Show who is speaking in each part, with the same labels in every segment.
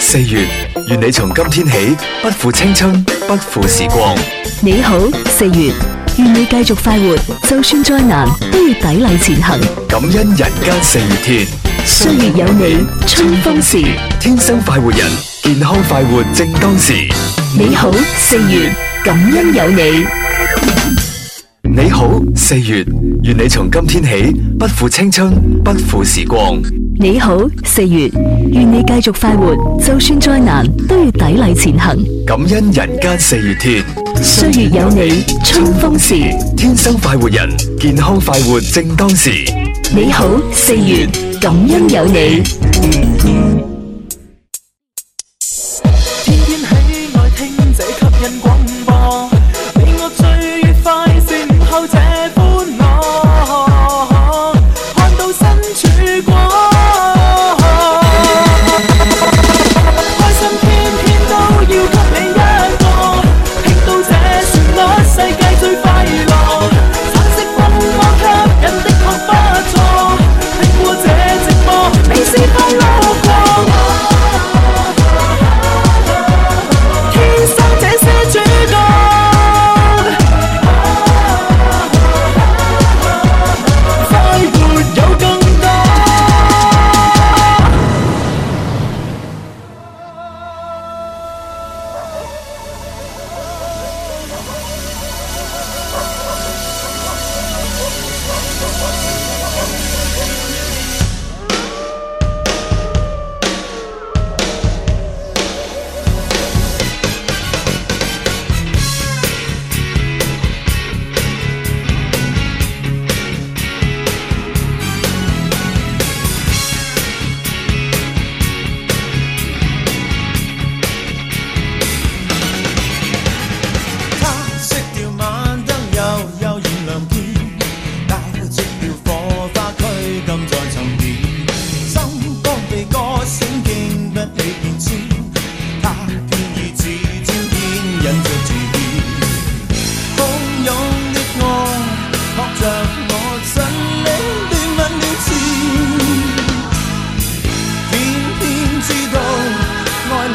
Speaker 1: 四月，願你從今天起不負青春，不負時光。
Speaker 2: 你好，四月，願你繼續快活，就算再難都要砥礪前行。
Speaker 1: 感恩人間四月天，
Speaker 2: 歲月有你，春風時。
Speaker 1: 天生快活人，健康快活正當時。
Speaker 2: 你好，四月，感恩有你。
Speaker 1: 你好，四月，願你從今天起不負青春，不負時光。
Speaker 2: 你好，四月，願你繼續快活，就算再難都要砥礪前行。
Speaker 1: 感恩人間四月天，
Speaker 2: 歲月有你，春風時。
Speaker 1: 天生快活人，健康快活正當時。
Speaker 2: 你好，四月，感恩有你。
Speaker 3: 天天喜愛聽這吸引廣播，你我最愉快是午後這歡樂，看到身曙光。開心天天都要給你一個，聽到這旋律世界最快樂，橙色風光吸引的確不錯，聽過這直播你是快樂過。天生這些主角，快活有更多。
Speaker 4: 他熄掉晚燈，又幽遠亮天，打熄了火花，拘禁在沉澱，心光被歌聲驚不理變遷，他偏以指尖牽引着自變，洶湧的愛學着我真理亂吻了線。偏偏知道愛令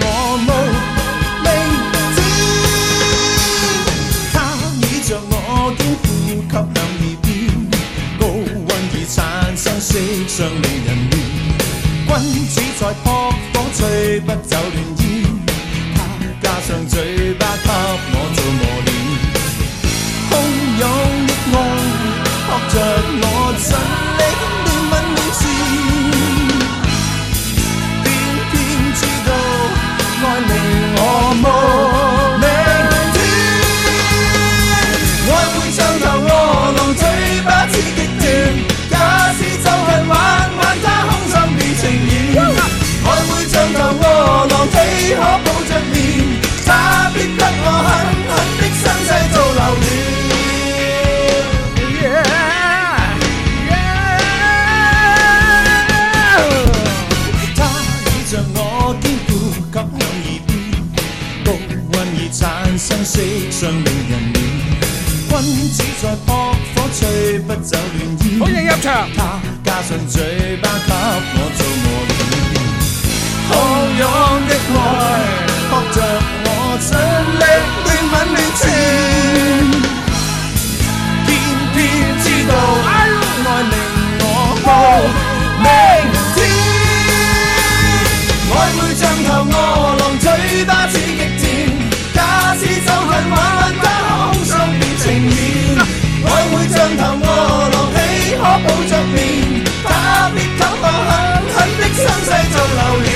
Speaker 4: 我無未知，他倚着我肩呼吸響耳邊，高溫已產生色相令人亂。君子在撲火最不走亂煙，他加上嘴巴給我做磨練，洶湧的愛學着我真理亂吻亂線。偏偏知道愛令我無明天，愛會像頭餓狼，嘴巴似極端，也是就近玩玩他空心變情演。愛會像頭餓狼，豈可抱着面，他必得我狠狠的身世做留念。他倚着我肩呼吸響耳邊，高溫已產生色相令人亂。君子在撲火，吹不走亂煙。好嘢入場。他加上嘴巴給我做磨練，洶湧的愛學着我真力亂吻亂纏，偏偏知道愛令我無明天。愛會像頭餓狼，嘴巴似極甜，假使就恨玩玩他空心變情面。愛會像頭餓狼，豈可抱着面？他必給我狠狠的身世做留念。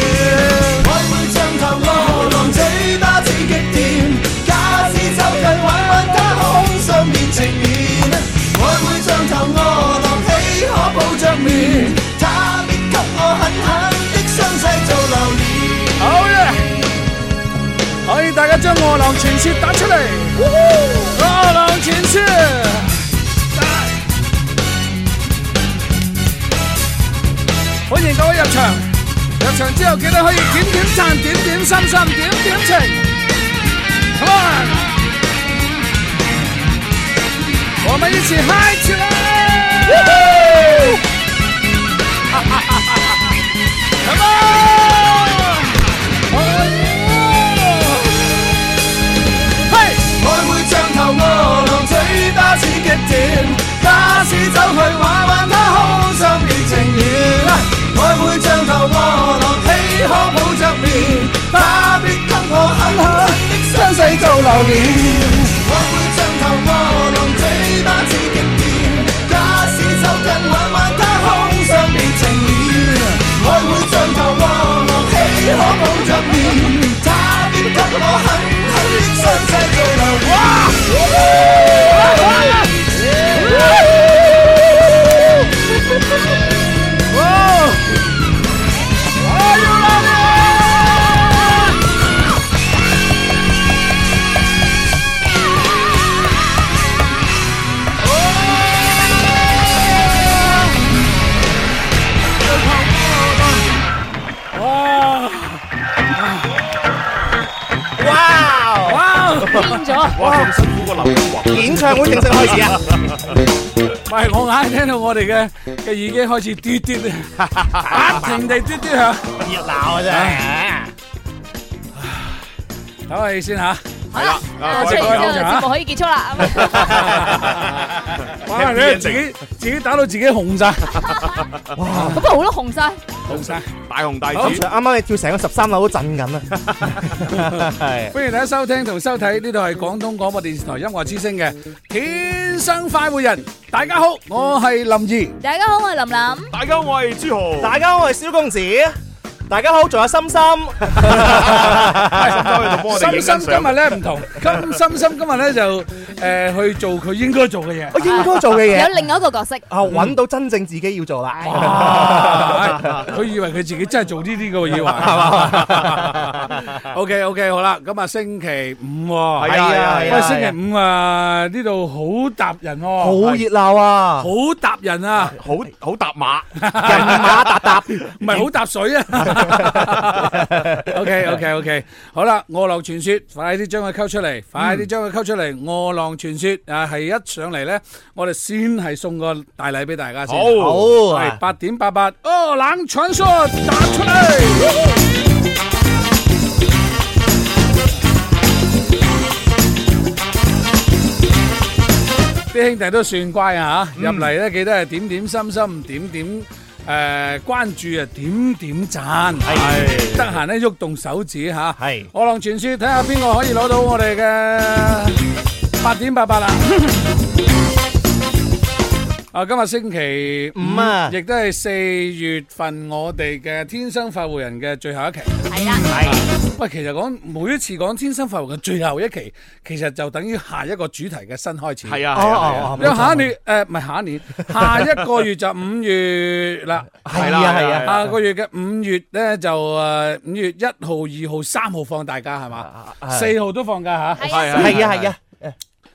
Speaker 4: 愛會像頭餓狼，嘴巴似極甜，假使就近玩玩他空心變情面。愛會像頭餓狼，豈可抱着面？他必給我狠狠的身世做留念。
Speaker 5: 好嘢！可以大家將餓狼傳說打出嚟。餓狼傳說，歡迎各位入場。入場之後記得可以點點讚、點點心心、點點情。Come on！我們一起嗨起來！Come on！
Speaker 6: 我會像頭餓狼嘴巴似極電，假使抽筋玩玩它空想變情面，我會像頭餓狼喜可抱着面，它必給我狠狠的傷勢做留念。
Speaker 5: 唔係，我硬係聽到我哋嘅-嘅耳機開始嘟嘟啊，不停地嘟嘟響。唉，等我哋先吓。
Speaker 7: Ờ,
Speaker 4: À,
Speaker 5: 哇，
Speaker 8: Happy
Speaker 5: 你自己-自己打到自己紅晒。紅 晒。歡迎大家收聽同收睇呢度係廣東廣播電視台音樂之聲嘅《天生快活人》。大家好，我係林怡。心心
Speaker 8: 心心今日
Speaker 5: 今日咧唔同，今心心今日咧就诶去做佢哦應該做嘅嘢。啊 佢以為佢自己真係做呢啲嘅喎，以為係 嘛？OK OK，好啦，咁啊星期五喎，
Speaker 8: 係啊係啊係啊
Speaker 5: 喂星期五啊呢度好搭人喎，好搭人啊，
Speaker 8: 好好搭 馬，
Speaker 5: 唔係好搭水啊。OK OK OK，好啦，餓狼傳說，快啲將佢溝出嚟，快啲將佢溝出嚟。餓狼傳說啊，係一上嚟咧，我哋先係送個大禮俾大家先。系八点八八，哦，冷传说打出嚟。啲兄弟都算乖啊吓，入嚟咧記得係點點心心，點點诶關注啊，點點讚，
Speaker 8: 係
Speaker 5: 得閒咧喐動手指吓。
Speaker 8: 係
Speaker 5: 我浪傳書，睇下邊個可以攞到我哋嘅八點八八啦。啊，今日星期五
Speaker 8: 五啊
Speaker 5: 亦都係四月份我哋嘅天生發活人嘅最後一期。喂，其實講每一次講天生發活嘅最後一期，其實就等於下一個主題嘅新開始。
Speaker 8: 係啊係啊，
Speaker 5: 因為下一年誒唔係下一年， 下一個月就五月啦。
Speaker 8: 係啦係啊，
Speaker 5: 下個月嘅五月咧就誒五月一號、二號、三號放大假係嘛？四號都放假嚇，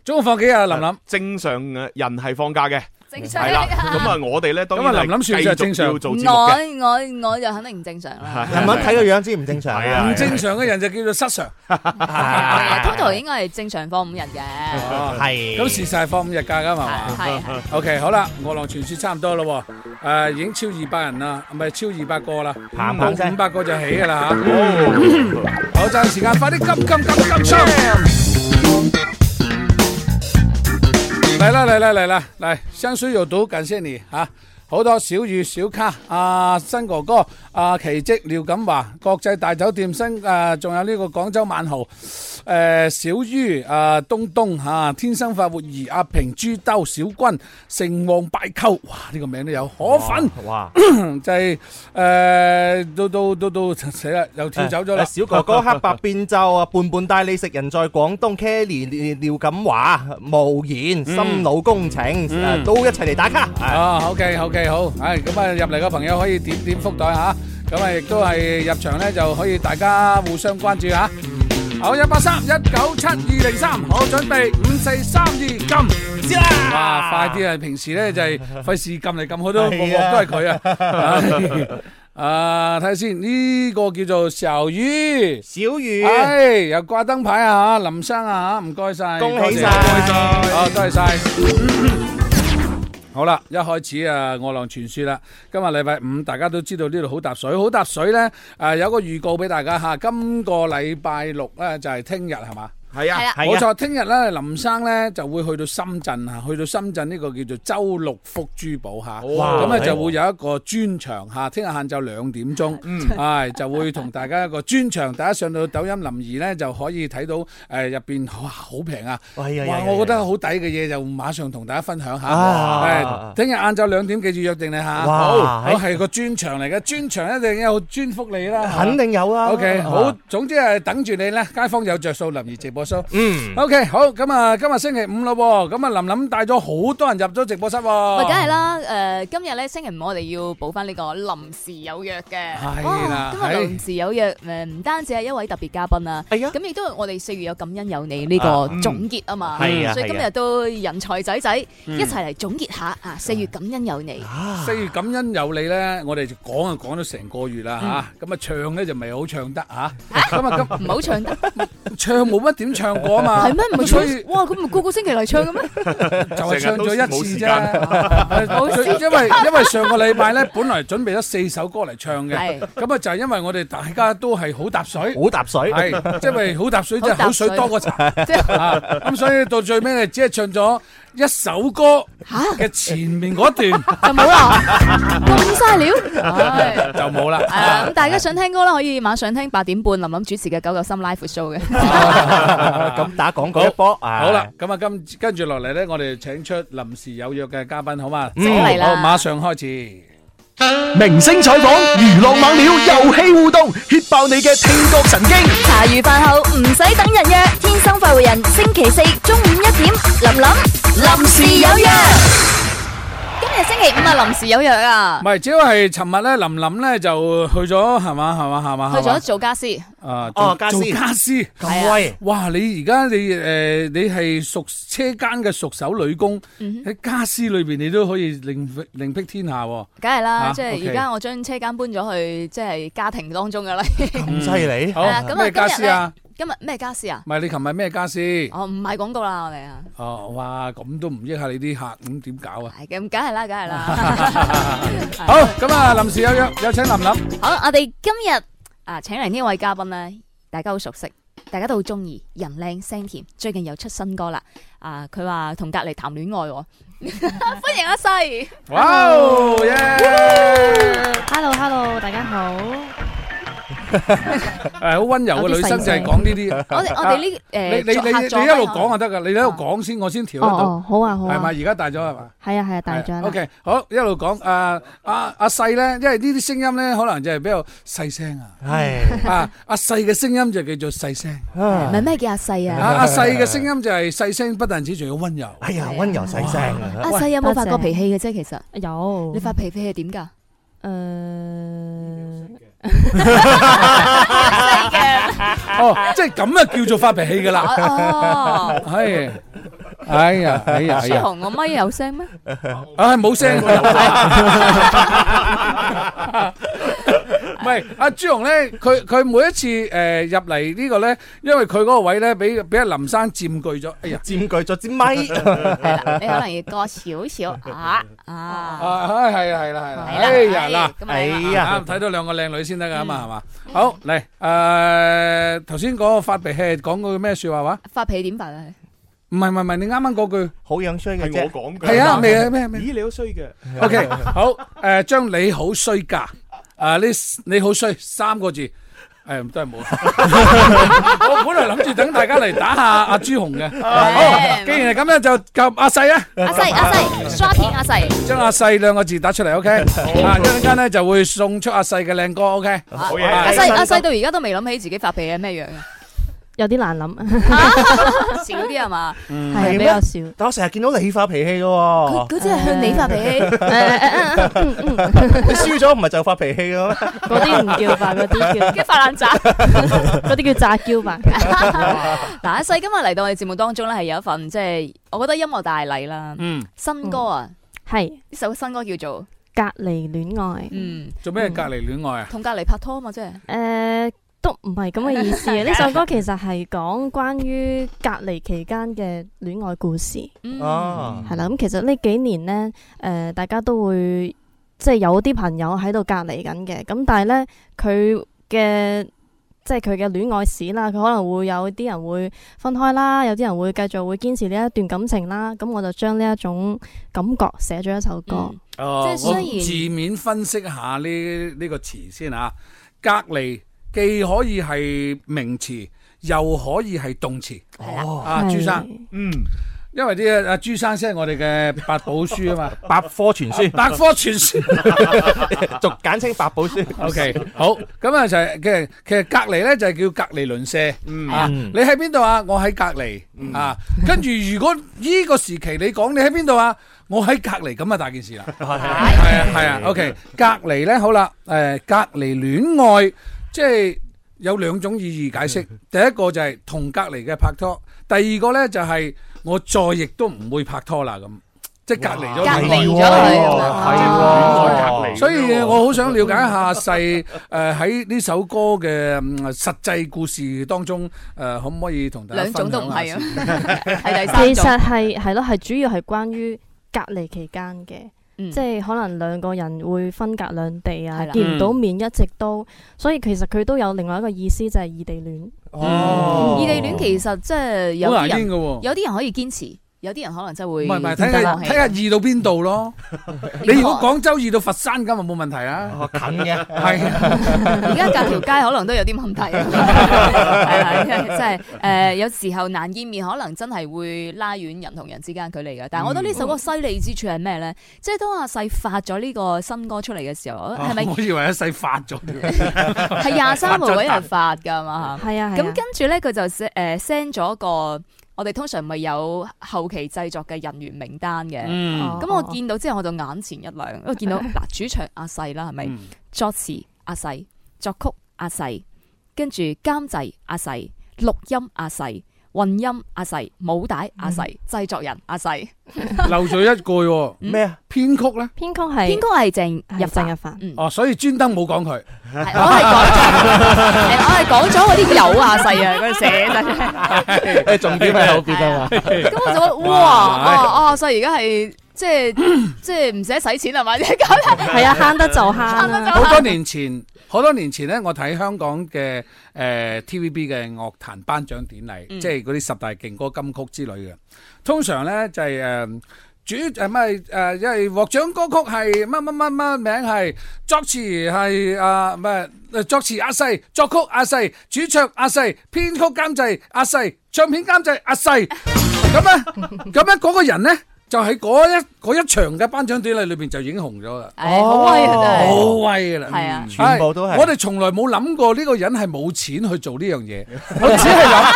Speaker 5: 總共放幾日啊？林林，
Speaker 8: 正常嘅人係放假嘅，係啦。咁啊，我哋咧當
Speaker 5: 咁啊
Speaker 8: 然
Speaker 5: 林
Speaker 8: 係
Speaker 5: 林算唔算係
Speaker 8: 繼續
Speaker 5: 正常
Speaker 8: 要做節目嘅，係啊
Speaker 5: 唔正常嘅人就叫做失 常。
Speaker 4: À.
Speaker 5: 咁事哦實係放五日假㗎嘛係嘛？OK，好啦，《餓狼傳說》差唔多咯喎，誒已經超二百人啦，唔係超二百個啦，
Speaker 8: 砰砰聲
Speaker 5: 五百個就起㗎啦嚇。
Speaker 8: 哦
Speaker 5: 好，暫時間，快啲急急急急出！嚟啦嚟啦嚟啦嚟，香水有毒，感謝你嚇！好多小雨、小卡、阿新哥哥、阿奇蹟、廖錦華、國際大酒店新誒，仲有呢個廣州萬豪。誒、小於啊、東東嚇、啊天生快活兒、阿平、豬兜、小軍、成王敗寇，哇！呢、個名都有可 粉，
Speaker 8: 哇！
Speaker 5: 就係、誒到到到到死啦，又跳走咗啦。啊，OK Ờ, OK À, 好，唉，咁啊入嚟嘅朋友可以點點福袋吓，咁啊亦都係入場咧就可以大家互相關注吓。好，一八三一九七二零三，好準備五四三二撳，知啦。哇，快啲啊！平時咧就係費事撳嚟撳去都
Speaker 8: 係
Speaker 5: 幕幕
Speaker 8: 啊
Speaker 5: 都係佢啊唉。啊，睇下先，呢個叫做小魚。唉，又掛燈牌啊，林生啊，唔該晒，
Speaker 8: 恭喜
Speaker 5: 多謝
Speaker 8: 晒
Speaker 5: 好，多謝晒。好啦，一開始啊，餓狼傳説啦。今日禮拜五，大家都知道呢度好搭水，好啊啊搭水呢，誒、有個預告俾大家嚇。今個禮拜六呢，就係聽日係嘛？
Speaker 8: 係啊，
Speaker 7: 係啦。
Speaker 5: 冇錯，聽日咧林生咧就會去到深圳啊，去到深圳呢個叫做周六福珠寶嚇，
Speaker 8: 哇
Speaker 5: 咁咧啊就會有一個專場嚇，聽日晏晝兩點鐘，係就會同大家一個專場，大家上到抖音林怡咧就可以睇到誒入邊哇好平啊！
Speaker 4: 哎呀
Speaker 5: 哇
Speaker 4: 呀，
Speaker 5: 我覺
Speaker 4: 呀
Speaker 5: 得好抵嘅嘢就馬上同大家分享下。
Speaker 4: 啊
Speaker 5: 誒，聽日晏晝兩點記住約定你嚇。
Speaker 4: 哇
Speaker 5: 好，
Speaker 4: 係
Speaker 5: 我係個專場嚟嘅，專場一定有專福利啦。
Speaker 4: 肯定有啊。
Speaker 5: OK，
Speaker 4: 係嘛
Speaker 5: 好，總之係等住你咧，街坊有着數，林怡直播 show。嗯，OK，好，咁啊，今日星期五咯喎，咁啊，林林帶咗好多人入咗直播室
Speaker 4: Ờ.
Speaker 5: 喎。
Speaker 7: 喂，梗係啦，誒，今日咧星期五我哋要補翻呢個臨時有約嘅，
Speaker 5: 係啦
Speaker 7: 哇，今日
Speaker 5: 係
Speaker 7: 臨時有約，誒，唔單止係一位特別嘉賓啦，
Speaker 4: 係啊
Speaker 7: 咁亦都係我哋四月有感恩有你呢個
Speaker 4: 啊
Speaker 7: 總結啊嘛，
Speaker 4: 係啊
Speaker 7: 所以今
Speaker 4: 係啊
Speaker 7: 日都人才仔仔一齊嚟總結下啊，四月感恩有你，
Speaker 4: 啊
Speaker 5: 四月感恩有你咧，我哋就講啊講咗成個月啦嚇，咁啊唱咧就未好唱得嚇，咁啊
Speaker 7: 唔好唱得
Speaker 5: 咁唱冇乜點唱過啊嘛，
Speaker 7: 係咩？唔係
Speaker 5: 所以
Speaker 7: 唱，哇，咁唔係個個星期嚟唱嘅咩？
Speaker 5: 就係唱咗一 次啫啊，
Speaker 7: 冇時間
Speaker 5: 因為因為上個禮拜咧本來準備咗四首歌嚟唱嘅，
Speaker 7: 係
Speaker 5: 咁啊就係因為我哋大家都係好搭水。
Speaker 4: 好搭水，
Speaker 5: 係，即係咪好搭水即係
Speaker 7: 好搭
Speaker 5: 口水
Speaker 7: 水
Speaker 5: 多過茶
Speaker 7: 即係
Speaker 5: 啊！咁所以到最尾咧，只係唱咗一首歌嘅前面嗰 段
Speaker 7: 就冇啦，咁嘥料。唉
Speaker 5: 就冇
Speaker 7: 係啊
Speaker 5: 啦。
Speaker 7: 咁大家想聽歌啦，可以晚上聽八點半林林主持嘅《九九三 Live Show》嘅。
Speaker 5: 啊
Speaker 4: 咁打廣告一波啊！
Speaker 5: 好啦，，咁啊，今跟住落嚟咧，我哋請出臨時有約嘅嘉賓，好嘛？
Speaker 7: 嗯嚟啦
Speaker 5: 好，馬上開始。
Speaker 1: 明星采訪、娛樂猛料、遊戲互動，血爆你嘅聽覺神經。
Speaker 9: 茶余饭后唔使等人约，天生快活人，星期四中午一点，林林临时有约。
Speaker 7: 今日星期五啊，臨時有約啊
Speaker 5: 唔，係，只要係尋日咧，林林咧就去咗係嘛係嘛係嘛，
Speaker 7: 去
Speaker 5: 係嘛
Speaker 7: 咗做家私，
Speaker 5: 啊
Speaker 4: 哦
Speaker 5: 做
Speaker 4: 家私
Speaker 5: 做家私。
Speaker 4: 咁威，
Speaker 5: 哇！你而家你誒你係熟車間嘅熟手女工，喺家私裏邊你都可以另另辟天下喎。
Speaker 7: 梗係啦，
Speaker 5: 啊
Speaker 7: 即
Speaker 5: OK
Speaker 7: 係而家我將車間搬咗去即係家庭當中噶啦。
Speaker 4: 咁犀 利，
Speaker 5: 好
Speaker 7: 係啊，咁啊
Speaker 5: 咩家私啊？
Speaker 7: 今日咩家私啊？
Speaker 5: 唔係你琴日咩家私？
Speaker 7: 哦，唔賣廣告啦，我哋啊，
Speaker 5: 哦，哇，咁都唔益下你啲客，咁點搞啊？
Speaker 7: 係咁，梗係啦，梗 係啦。
Speaker 5: 好，咁啊，臨時有約，有請林林。
Speaker 7: 好，我哋今日啊請嚟呢位嘉賓咧，大家好熟悉，大家都好中意，人靚聲甜，最近又出新歌啦。啊，佢話同隔離談戀愛喎，歡迎阿細。
Speaker 5: 哇哦，耶！
Speaker 10: Hello Hello，大家好。
Speaker 5: 誒，好温柔嘅女生就係講呢啲。
Speaker 7: 我哋我哋呢
Speaker 5: 你
Speaker 7: 誒，
Speaker 5: 你你
Speaker 7: 作客座
Speaker 5: 你一路
Speaker 7: 啊
Speaker 5: 講就得噶，你一路講先，我先調得
Speaker 10: 哦
Speaker 5: 到，
Speaker 10: 哦，好啊好
Speaker 5: 係咪？
Speaker 10: 啊，
Speaker 5: 而家大咗係嘛？
Speaker 10: 係啊係啊，大咗啦。
Speaker 5: O K，好，一路講。誒，阿阿細咧，因為呢啲聲音咧，可能就係比較細聲啊。
Speaker 4: 係
Speaker 5: 啊，阿細嘅聲音就叫做細聲，
Speaker 7: 唔係咩叫阿細
Speaker 5: 啊
Speaker 7: 啊？
Speaker 5: 阿細嘅聲音就係細聲，不但止仲要温柔。
Speaker 4: 哎呀，温柔細聲啊！
Speaker 7: 阿細有冇發
Speaker 10: 多
Speaker 7: 過
Speaker 10: 謝
Speaker 7: 脾氣嘅啫？其實
Speaker 10: 有
Speaker 7: 你發脾氣係點㗎？
Speaker 10: 誒，
Speaker 5: 哦，即係咁啊，叫做發脾氣噶啦。
Speaker 7: 哦，
Speaker 5: 係，哎呀，哎呀，哎
Speaker 7: 朱
Speaker 5: 呀，
Speaker 7: 紅，我咪有聲 咩？
Speaker 5: 啊冇聲，唔係阿朱紅咧，佢佢每一次誒入嚟呢個咧，因為佢嗰個位咧，俾俾阿林生佔據咗，哎呀，
Speaker 4: 佔據咗支咪，
Speaker 7: 係啦， 你可能要過少少啊啊，
Speaker 5: 啊，係係啦係啦係啦，
Speaker 7: 係啦
Speaker 5: 哎呀嗱。
Speaker 7: 咁啊
Speaker 4: 哎呀
Speaker 5: 啱，，睇到兩個靚女先得㗎嘛，係嘛？好嚟，誒頭先講個發脾氣，講嗰句咩説話話？
Speaker 7: 發脾氣點發啊？
Speaker 5: 唔係唔係唔係，你啱啱嗰句
Speaker 4: 好樣衰嘅啫，
Speaker 8: 係我講嘅。
Speaker 5: 係啊，咩咩咩？
Speaker 8: 咦，你好衰嘅。
Speaker 5: O K，好，诶，将你好衰嫁，啊，呢你好衰三個字，诶，都係冇。 我本來諗住等大家嚟打下阿朱紅嘅，好，既然係咁樣就及阿細啦，
Speaker 7: 阿細阿細，刷片阿細，
Speaker 5: 將阿細兩個字打出嚟，O K，啊，一陣間咧就會送出阿細嘅靚歌，O K，
Speaker 7: 好
Speaker 8: 嘢
Speaker 7: 阿細阿細到而家都未諗起自己發脾氣係咩樣 嘅，
Speaker 10: 有啲難諗，
Speaker 7: 少啲係嘛？
Speaker 10: 係比較少。
Speaker 4: 但我成日見到你發脾氣嘅
Speaker 7: 佢
Speaker 4: 喎，
Speaker 7: 佢真係向你發 脾氣，
Speaker 4: 你輸咗唔係就發脾氣嘅咩？
Speaker 10: 嗰啲唔叫法，嗰啲叫
Speaker 7: 跟住發爛渣。
Speaker 10: 嗰啲叫詐嬌法。
Speaker 7: 嗱，阿細今日嚟到我哋節目當中咧，係有一份即係我覺得音樂大禮啦，
Speaker 5: 嗯，
Speaker 7: 新歌啊，
Speaker 10: 係
Speaker 7: 呢首新歌叫做
Speaker 10: 隔離戀愛，
Speaker 7: 嗯。
Speaker 5: 做咩隔離戀愛啊？
Speaker 7: 同隔離拍拖嘛，即係
Speaker 10: 誒都唔係咁嘅意思啊 嘅。呢首歌其實係講關於隔離期間嘅戀愛故事。
Speaker 7: 嗯，
Speaker 4: 啊，
Speaker 10: 係啦，咁其實呢幾年呢，誒、大家都會即係有啲朋友喺度隔離緊嘅，咁但係呢，佢嘅即即係佢嘅戀愛史啦，佢可能會有啲人會分開啦，有啲人會繼續會堅持呢一段感情啦。咁我就將呢一種感覺寫咗一首歌。
Speaker 5: 哦，
Speaker 10: 嗯即係
Speaker 5: 我
Speaker 10: 雖然
Speaker 5: 字面分析下呢呢個詞先嚇。隔離既可以係名詞，又可以係動詞。哦，啊，朱生，嗯。因為啲阿朱生先係我哋嘅百寶書啊 嘛，百科全
Speaker 8: 書
Speaker 5: 百科全書， 俗簡稱百寶書。O K，好，咁啊就係其實其實隔離咧就係叫隔離鄰舍，啊，
Speaker 8: 嗯
Speaker 5: 你喺邊度啊？我喺隔離啊，跟住如果呢個時期你講你喺邊度啊？我喺隔離咁啊大件事啦， 係啊係啊，OK，隔離咧好啦，誒隔離戀愛即係。有兩種意義解釋，第一個就係同隔離嘅拍拖，第二個呢就係我再亦都唔會拍拖啦咁，即係隔離咗
Speaker 8: 隔離
Speaker 5: 戀
Speaker 8: 咗
Speaker 5: 愛
Speaker 8: 佢咁樣係喎
Speaker 5: 所以我好想了解下細誒喺呢首歌嘅嗯實際故事當中，誒可唔可以同大家
Speaker 10: 兩
Speaker 5: 分享下
Speaker 10: 種都唔係啊
Speaker 5: 先
Speaker 10: 其實係係咯，係主要係關於隔離期間嘅。即係可能兩個人會分隔兩地啊
Speaker 7: 係嗯啦，
Speaker 10: 見唔到
Speaker 7: 嗯
Speaker 10: 面一直都，所以其實佢都有另外一個意思就係異地戀。
Speaker 5: 哦啊
Speaker 7: 異嗯地戀其實即係有
Speaker 5: 好
Speaker 7: 啲
Speaker 5: 難
Speaker 7: 人
Speaker 5: 堅㗎喎
Speaker 7: 有啲人可以堅持，有啲人可能真係
Speaker 5: 唔
Speaker 7: 會
Speaker 5: 係唔係，睇下
Speaker 7: 放棄
Speaker 5: 睇下移到邊度 咯。你如果廣州移到佛山咁啊，冇問題啊。近嘅 係啊
Speaker 7: 而家隔條街可能都有啲問題，係啦，因為真係誒有時候難見面，可能真係會拉遠人同人之間距離嘅。但係我覺得呢首歌犀利之處係咩咧？即係當阿細發咗呢個新歌出嚟嘅時 候，係咪
Speaker 5: 我以為一世發咗添。係
Speaker 7: 係 廿三號嗰日發㗎嘛？
Speaker 10: 係啊係啊
Speaker 7: 咁跟住咧，佢就 s- 誒 send 咗個我哋通常咪有後期製作嘅人員名單嘅。
Speaker 10: 嗯
Speaker 7: 咁我見到之後，我就眼前一亮，因 為見到嗱主唱阿細啦，係咪作詞阿細，作曲阿細，跟住監製阿細，錄音阿細，混音阿細，舞帶阿細，製作人 阿細。
Speaker 5: 漏咗一句喎。
Speaker 7: 嗯
Speaker 5: 咩啊？編曲咧？
Speaker 10: 編曲係
Speaker 7: 編曲係鄭入
Speaker 10: 鄭入凡。
Speaker 7: 嗯
Speaker 5: 哦，所以專登冇講佢。我係
Speaker 7: 我係講咗嗰啲有阿細啊，嗰陣寫真係。
Speaker 5: 誒 重點喺後邊啊嘛。咁
Speaker 7: 我 就覺得哇，
Speaker 5: 哎
Speaker 7: 哦哦，所以而家係即係即係唔使使錢啊 係咪？即係咁
Speaker 10: 係啊，慳得就慳
Speaker 7: 啊
Speaker 10: 啦。
Speaker 5: 好多年前，好多年前咧，我睇香港嘅誒、呃 TVB 嘅樂壇頒獎典禮，
Speaker 11: 嗯
Speaker 5: 即係嗰啲十大勁歌金曲之類嘅。通常咧就係、誒、主誒咩誒，因為獲獎歌曲係乜乜乜乜名係作詞係啊咩誒作詞阿細，作曲阿細，主唱阿細，編曲監製阿細，唱片監製阿細。咁咧，咁咧嗰個人咧就喺嗰一嗰一場嘅頒獎典禮裏邊就已經紅咗啦。
Speaker 7: 唉好威啊真係
Speaker 5: 好威啦！
Speaker 7: 係啊
Speaker 4: 全部都係
Speaker 5: 唉我哋從來冇諗過呢個人係冇錢去做呢樣嘢，我只係諗，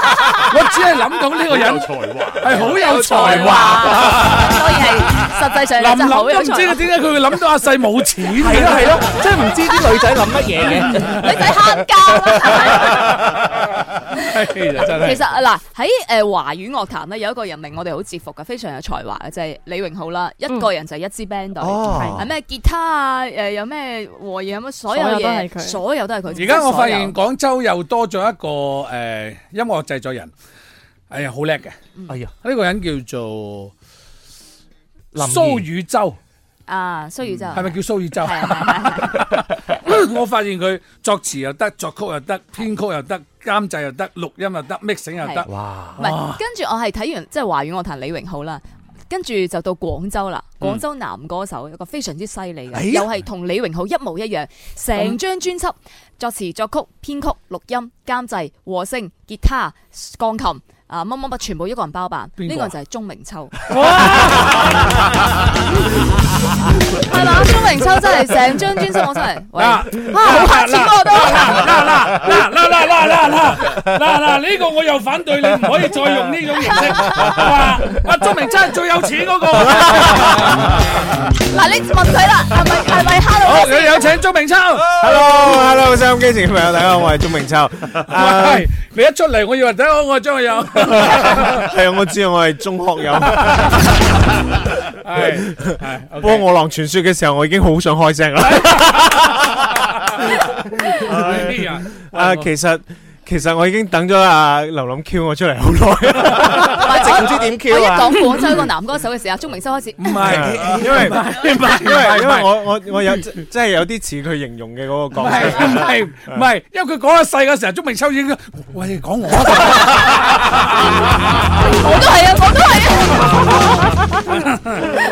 Speaker 5: 我只係諗到呢個人
Speaker 8: 有才
Speaker 5: 華，係好有才華。
Speaker 7: 所以係實際上
Speaker 5: 林
Speaker 7: 真係好有
Speaker 5: 林都唔知佢
Speaker 7: 才。
Speaker 5: 點解佢會諗到阿細冇錢嘅，
Speaker 4: 係咯係咯真係唔知啲女仔諗乜嘢 嘅
Speaker 7: 女仔慳家
Speaker 5: 係真係。
Speaker 7: 其實嗱喺誒華語樂壇咧，有一個人令我哋好折服嘅，非常有才華嘅就係李榮浩啦。
Speaker 10: 嗯
Speaker 7: 一個人就一支 band 隊，
Speaker 5: 哦
Speaker 7: 係咩吉他啊，誒有咩和弦，有乜所有
Speaker 10: 所有都係
Speaker 7: 嘢，
Speaker 10: 佢
Speaker 7: 所有都係佢。
Speaker 5: 而家我發現
Speaker 7: 真係所
Speaker 5: 廣州又多咗一個誒音樂製作人，哎呀好叻嘅，哎呀呢個人叫做
Speaker 7: 林
Speaker 5: 蘇宇洲。
Speaker 7: 有啊，蘇宇宙
Speaker 5: 嗯係咪叫蘇宇洲？ 我發現佢作詞又得，作曲又得，編曲又得，監製又得，錄音又得，mixing 又得。
Speaker 7: 係唔
Speaker 5: 啊
Speaker 7: 係，跟住我係睇完即係華語樂壇李榮浩啦，跟住就到廣州啦。
Speaker 5: 嗯
Speaker 7: 廣州男歌手一個非常之犀利
Speaker 5: 哎呀
Speaker 7: 嘅，
Speaker 5: 嗯
Speaker 7: 又係同李榮浩一模一樣，成張專輯作詞、作曲、編曲、錄音、監製、和聲、吉他、鋼琴啊乜乜乜，全部一個人包辦。
Speaker 5: 邊個啊
Speaker 7: 呢個就係鐘明秋。
Speaker 5: 係
Speaker 7: 嘛？鐘明秋真係成張專輯我真係，喂啊
Speaker 5: 嗱
Speaker 7: 好黑錢我都。
Speaker 5: 嗱嗱嗱嗱嗱嗱嗱嗱呢個我又反對，你唔可以再用呢種形 式。哇！阿鐘明真係最有錢嗰個。
Speaker 7: 嗱，你問佢啦，係咪係咪 Hello？
Speaker 5: 好，有有請鐘明秋。
Speaker 12: Hello，Hello，收音機前嘅朋友，大家好，我係鍾明秋。啊
Speaker 5: 喂，你一出嚟，我以為睇我我張學友。
Speaker 12: 係啊，我知啊，我係中學友。
Speaker 5: 係
Speaker 12: 不過我狼傳說嘅時候，我已經好想開聲啦。
Speaker 5: 哎呀
Speaker 12: 啊，其實其實我已經等咗阿劉林 Q 我出嚟好耐，
Speaker 7: 一
Speaker 12: 唔知點 Q
Speaker 7: 我一
Speaker 12: 啊
Speaker 7: 講廣州個男歌手嘅時候，鐘明修開始唔
Speaker 12: 唔係，因為因為因為我我我有即即係有啲似佢形容嘅嗰個角 色，
Speaker 5: 唔係唔係，因為佢講得細嘅時候，鐘明秋已經喂講 我啊，
Speaker 7: 我都係啊， 我都係啊。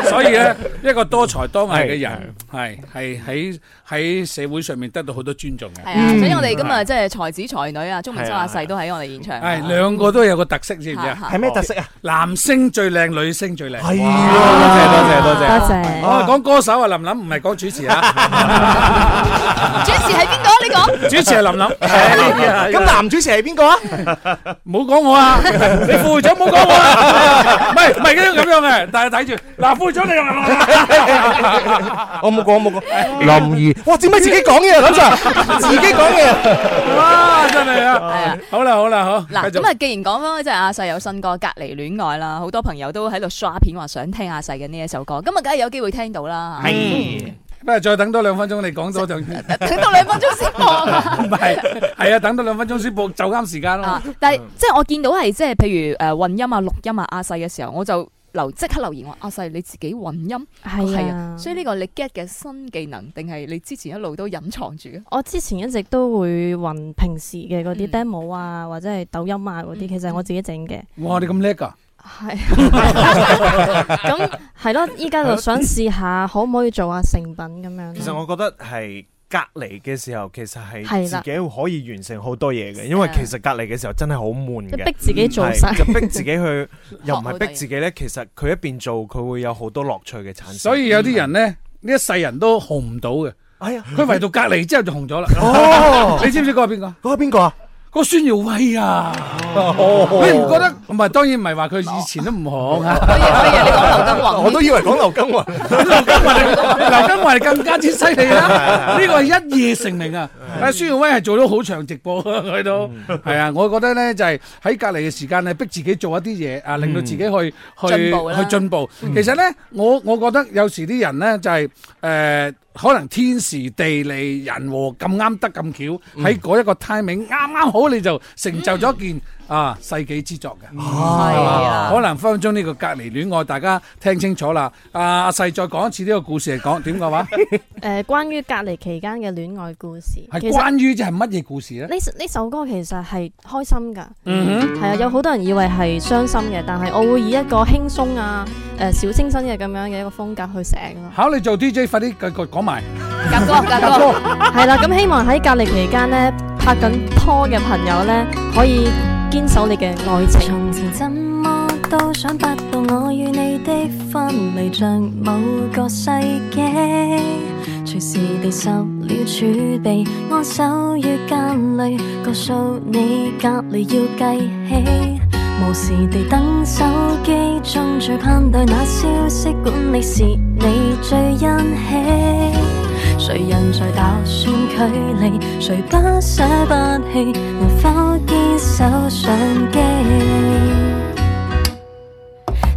Speaker 5: 所以咧一個多才多藝嘅人係係喺喺社會上面得到好多尊重嘅。
Speaker 7: 係啊，所以我
Speaker 5: 嗯
Speaker 7: 哋今日即係才子才女啊，鐘明修阿細都喺我哋現場。
Speaker 5: 係兩個都有個特色，知唔知啊？
Speaker 7: 係咩特
Speaker 5: 色啊？男星最靚，女星最靚。係
Speaker 12: 啊多謝多謝多謝多謝
Speaker 5: 我講歌手啊，林琳唔係講主持啊，
Speaker 7: 主持係邊個？你講。
Speaker 5: 主持係林 琳。咁
Speaker 12: 男主持係邊個啊？
Speaker 5: 冇講我啊！你副會長冇講我啊！ 唔係唔係咁樣嘅，但係睇住嗱，副會長你 又
Speaker 11: 我冇講，我冇講。林怡，哇，點解自己講嘢啊，林 Sir？自 己講嘢啊。
Speaker 5: 哇，真係啊！好啦好啦好，
Speaker 7: 嗱，
Speaker 5: 繼續
Speaker 7: 咁啊，既然講翻即係阿細有新歌《隔離戀愛》啦，好多朋友都喺度刷片話想聽阿細嘅呢一首歌，咁啊，梗係有機會聽到啦。
Speaker 5: 不如再等多兩分鐘，你講咗就 等
Speaker 7: 到兩分鐘先播
Speaker 5: 啊！ 唔係，係啊，等到兩分鐘先播，就啱時
Speaker 10: 哦
Speaker 5: 間啦
Speaker 7: 啊。！
Speaker 10: 嗯
Speaker 7: 但係即係我見到係即係譬如誒混音啊、錄音啊、阿細嘅時候，我就留即刻留言話：阿細你自己混音
Speaker 10: 係啊
Speaker 7: 所以呢個你 get 嘅新技能，定係你之前一路都隱藏住嘅？
Speaker 10: 我之前一直都會混平時嘅嗰
Speaker 7: 嗯
Speaker 10: 啲 demo 啊，或者係抖音啊嗰啲，其實係我自己整嘅。
Speaker 5: 哇，你咁叻啊㗎！
Speaker 10: 係。咁係咯，依家就想試下可唔可以做下成品咁樣。
Speaker 12: 其實我覺得係隔離嘅時候，其實係
Speaker 10: 係
Speaker 12: 自
Speaker 10: 啦
Speaker 12: 己可以完成好多嘢嘅，因為其實隔離嘅時候真係好悶
Speaker 10: 即
Speaker 12: 嘅，嗯
Speaker 10: 係逼自己做
Speaker 12: 係
Speaker 10: 晒
Speaker 12: 就逼自己去，又唔
Speaker 5: 好
Speaker 12: 係
Speaker 5: 多
Speaker 12: 逼
Speaker 5: 嘢
Speaker 12: 自己呢。其實佢一邊做，佢會有好多樂趣嘅產生。
Speaker 5: 所以有啲人咧，呢一世人都紅唔到嘅。
Speaker 12: 哎呀，
Speaker 5: 佢唯獨隔 離之後就紅咗啦。
Speaker 11: 哦
Speaker 5: 你知唔知嗰個邊個？
Speaker 11: 嗰個邊個啊？
Speaker 5: 嗰個孫耀威啊！
Speaker 11: 哦
Speaker 5: 你唔覺得？唔係當然唔係話佢以前都唔紅啊。
Speaker 11: 我都以為講劉金雲。
Speaker 5: 劉金華更加之犀利啦！呢個係一夜成名啊！但係孫耀威係做咗好長直播， 佢都係啊！我覺得咧就係喺隔離嘅時間咧，逼自己做一啲嘢啊，令到自己去去
Speaker 11: 進步啦
Speaker 5: 去進步。其實咧，我我覺得有時啲人咧就係誒。可能天時地利人和咁啱得咁巧，喺嗰一個 timing 啱啱好你就成就咗一件啊世紀之作嘅，係嘛
Speaker 11: 啊
Speaker 5: 可能分分鐘呢個隔離戀愛，大家聽清楚啦。阿阿細再講一次呢個故事係講點嘅話，
Speaker 10: 誒，關於呃隔離期間嘅戀愛故事，
Speaker 5: 係
Speaker 10: 其實
Speaker 5: 關於即係乜嘢故事咧？
Speaker 10: 呢首呢首歌其實係開心㗎，
Speaker 5: 嗯哼
Speaker 10: 係啊，有好多人以為係傷心嘅，但係我會以一個輕鬆啊、誒、小清新嘅咁樣嘅一個風格去寫咯。
Speaker 5: 考你做 DJ，快啲繼續講埋。
Speaker 7: 夾歌 夾
Speaker 5: 夾歌
Speaker 10: 係啦，咁希望喺隔離期間呢，拍緊拖嘅朋友呢，可以堅守你嘅愛情。
Speaker 13: 怎麼都想不到我與你的分離，像某個世紀，隨時地受了儲備，安守於間裏，告訴你隔離要計起，無時地等手機中最盼待那消息管理是你最欣喜。誰人在打算距離？誰不捨不棄？能否堅守相機？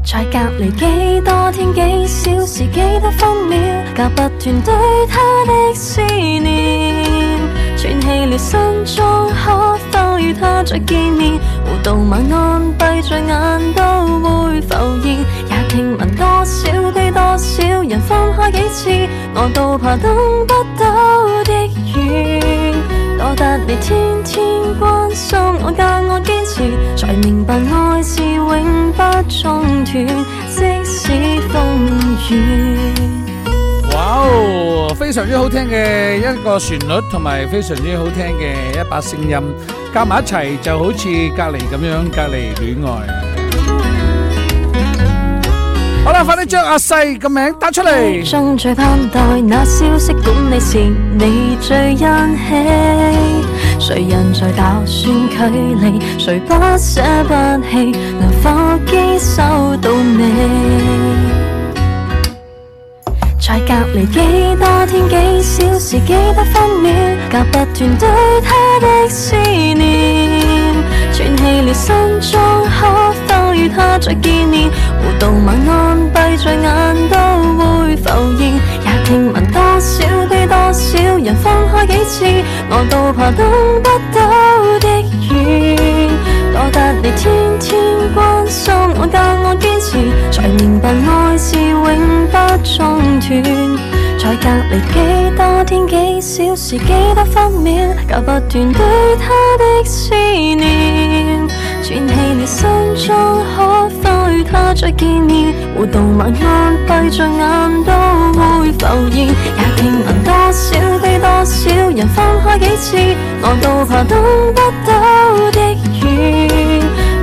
Speaker 13: 在隔離幾多天幾小時幾多分秒，隔不斷對他的思念。喘氣了心中，可否與他再見面？互道晚安，閉着眼都會浮現。也聽聞多少對多少人分開幾次，我都怕等不到的遠。多得你天天關心我，教我堅持，才明白愛是永不中斷，即使風雨。
Speaker 5: 哇哦，非常之好聽嘅一個旋律，同埋非常之好聽嘅一把聲音，夾埋一齊就好似隔離咁樣，隔離戀愛。好啦，快啲將阿細個名打出嚟。
Speaker 13: 中最盼待那消息管理是你最欣喜。誰人在打算距離？誰不捨不棄？能否堅守到尾？在隔離幾多天幾小時幾多分秒，隔不斷對他的思念。喘氣了心中，可否與他再見面？互道晚安，閉着眼都會浮現。也聽聞多少對多少人分開幾次，我都怕等不到的遠。斷，在隔離幾多天幾小時幾多分秒，搞不斷對他的思念。串起了心中可否與他再見面？互動晚安，閉着眼都會浮現，也聽聞多少對多少人分開幾次，我都怕等不到的遠。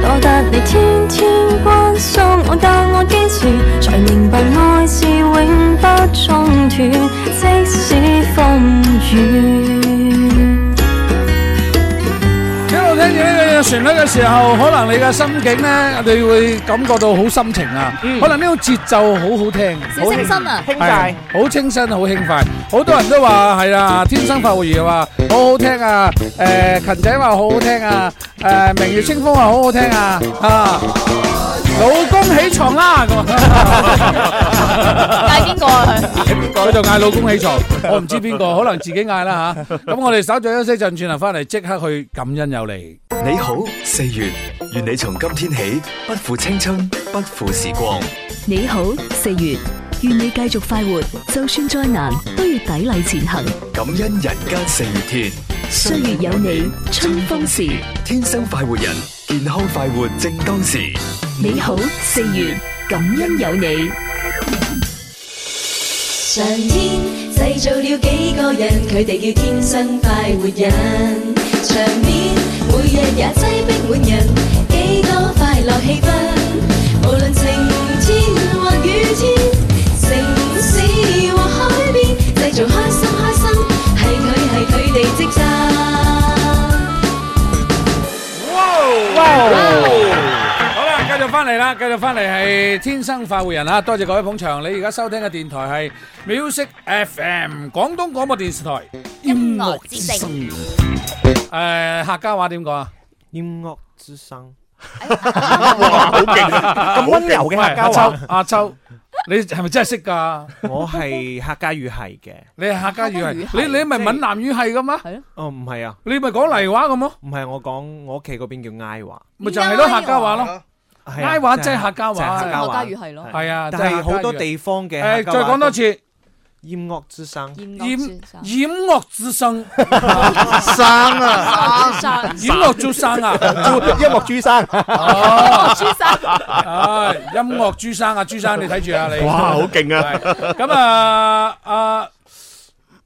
Speaker 13: 多得你天天關心我，教我堅持，才明白愛是永不中斷，即使風雨。
Speaker 5: 一路聽住呢個旋律嘅時候，可能你嘅心境咧，你會感覺到好心情啊。可能呢種節奏好好聽，
Speaker 7: 小清新啊
Speaker 5: 好
Speaker 7: 輕快
Speaker 5: 係好清新，好輕快。好多人都話係啊，天生快活兒話好好聽啊，誒勤仔話好好聽啊，誒明月清風話好好聽啊，啊老公起床啦咁啊。
Speaker 7: 嗌邊個啊？
Speaker 5: 佢就嗌老公起床，我唔知邊個，可能自己嗌啦吓。咁我哋稍作休息陣，轉頭翻嚟即刻去感恩有你。
Speaker 1: 你好，四月，願你從今天起不負青春，不負時光。
Speaker 2: 你好，四月，願你繼續快活，就算再難都要砥砺前行。
Speaker 1: 感恩人間四月天，
Speaker 2: 歲月有你，春風時。
Speaker 1: 天生快活人，健康快活正當時。
Speaker 2: 你好，四月，感恩有你。
Speaker 14: 上天製造了幾個人，佢哋叫天生快活人。場面每日也擠逼滿人，幾多快樂氣氛。
Speaker 2: vâng.
Speaker 14: 無論晴天或雨天，城市或海邊，製造開心開心，係佢係佢哋職責。
Speaker 5: 好啦，繼續翻嚟啦，繼續翻嚟係天生快活人啊！多謝各位捧場。你而家收聽嘅電台係 Music FM 廣東廣播電視台音樂之聲。誒，客家話點講啊？音樂之聲。哇，好勁 啊！
Speaker 12: 咁溫柔嘅客家話
Speaker 5: 喂阿秋，阿秋，你係咪真係識㗎？
Speaker 12: 我係客家語系嘅，
Speaker 5: 你係客家語系，你你咪閩南語系噶嘛？
Speaker 12: 哦唔係啊，
Speaker 5: 你咪講黎話咁咯？
Speaker 12: 唔係我講我屋企嗰邊叫挨話，
Speaker 5: 咪就係咯，客家話
Speaker 12: Ờ.
Speaker 5: 咯。
Speaker 12: 係啊
Speaker 5: 挨話即係客家話，
Speaker 12: 就係客家
Speaker 7: 語系咯
Speaker 5: 係啊，
Speaker 12: 但係好多地方
Speaker 5: 誒，
Speaker 12: 嘅客家
Speaker 5: 再
Speaker 12: 話
Speaker 5: 講多次，
Speaker 12: 厭惡之聲，
Speaker 5: 掩掩惡之生，
Speaker 12: 生啊
Speaker 5: 掩惡之生啊，
Speaker 11: 音樂朱生，
Speaker 5: 哦，朱生，唉，音樂朱生啊，朱生你睇住啊你，
Speaker 8: 哇好勁啊
Speaker 5: 係咁啊啊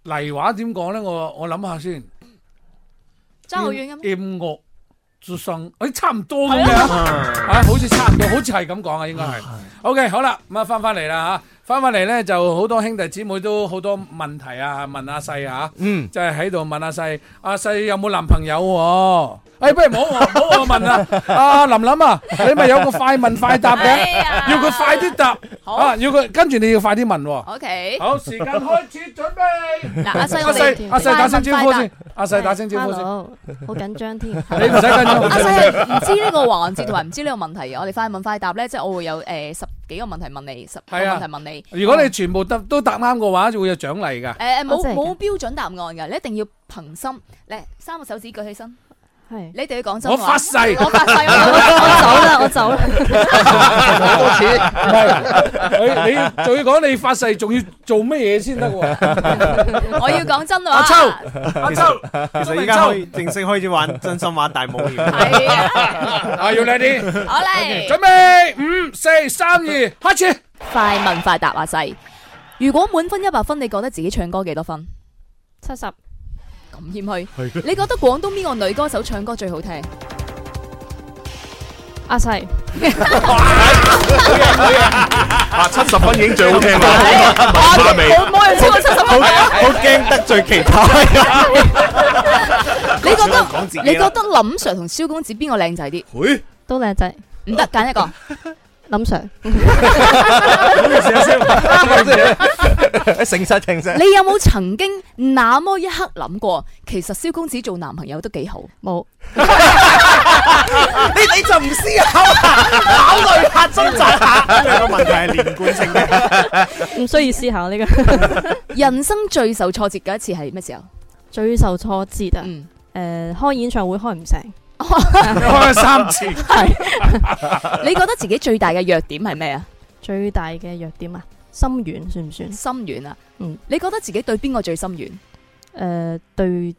Speaker 5: 黎話點講咧？我我諗下先，
Speaker 7: 爭好遠嘅咩
Speaker 5: 音樂之生，誒差唔多咁樣， 啊好似差唔多，好似係咁講啊，應該係。OK，好啦，咁啊翻翻嚟啦嚇，翻翻嚟咧就好多兄弟姊妹都好多問題啊，問阿細啊，
Speaker 11: 嗯，
Speaker 5: 就係喺度問阿細，阿細有冇男朋友喎？誒，不如唔好我唔好我 問啦，阿林林啊，你咪有個快問快答嘅，要佢快啲答，啊，要佢跟住你要快啲問喎。
Speaker 7: OK。
Speaker 5: 好，時間開始準備。
Speaker 7: 嗱，阿西，
Speaker 5: 阿細阿細打聲招呼先，阿細
Speaker 10: 細
Speaker 5: 打聲招呼先。
Speaker 10: 好緊張 添。你
Speaker 5: 唔使緊張
Speaker 7: 阿西唔知呢個環節同埋唔知呢個問題嘅，我哋快問快答咧，即係我會有呃誒十幾個問題問你，十個
Speaker 5: 係啊
Speaker 7: 問題問你。
Speaker 5: 如果你全部答都答啱嘅話，就會有獎勵㗎。
Speaker 7: 誒冇冇標準答案㗎，你一定要憑心。嚟三個手指舉起身，係你哋要講真
Speaker 5: 我
Speaker 7: 話
Speaker 5: 發誓
Speaker 7: 我發誓，我我走啦，我走
Speaker 5: 係，
Speaker 7: 啦。
Speaker 5: 你-你仲要講你發誓，仲要做乜嘢先得喎？
Speaker 7: 我要講真話。
Speaker 5: 阿秋，
Speaker 12: 其
Speaker 5: 阿秋，
Speaker 12: 實其實依家
Speaker 5: 周
Speaker 12: 可以正式開始玩真心話大冒險。
Speaker 5: 啊，要叻啲。
Speaker 7: 好嚟。
Speaker 5: 準備，五、四、三、二，開始。
Speaker 7: 快問快答阿細，如果滿分一百分，你覺得自己唱歌幾多分？七十。咁謙虛。
Speaker 10: 係
Speaker 7: 你覺得廣東邊個女歌手唱歌最好聽？
Speaker 10: 阿細，
Speaker 8: 啊，七十分已經最好聽啦，聞出嚟
Speaker 7: 冇冇人超過七十分
Speaker 8: 好好驚得罪其他
Speaker 7: 你覺得
Speaker 10: 講自己啦
Speaker 7: 你覺得林 Sir 同蕭公子邊個靚仔啲？
Speaker 10: 都靚仔，
Speaker 7: 唔 得，揀一個。
Speaker 10: 林 Sir，
Speaker 11: 誠實誠實。
Speaker 7: 你有冇曾經那麼一刻諗過，其實蕭公子做男朋友都幾好？ 冇。
Speaker 11: 你你就唔思考下，考慮下，掙扎下。
Speaker 12: 因為個問題係連貫性
Speaker 10: 唔需要思考呢個。
Speaker 7: 人生最受挫折嘅一次係咩時候？嗯
Speaker 10: 最受挫折啊！誒，開演唱會開唔成，
Speaker 7: 哦
Speaker 5: 開三次。
Speaker 10: 係
Speaker 7: 你覺得自己最大嘅弱點係咩啊？
Speaker 10: 最大嘅弱點啊！心軟算唔算？
Speaker 7: 心軟啊！
Speaker 10: 嗯，
Speaker 7: 你覺得自己對邊個最心軟？
Speaker 10: 誒對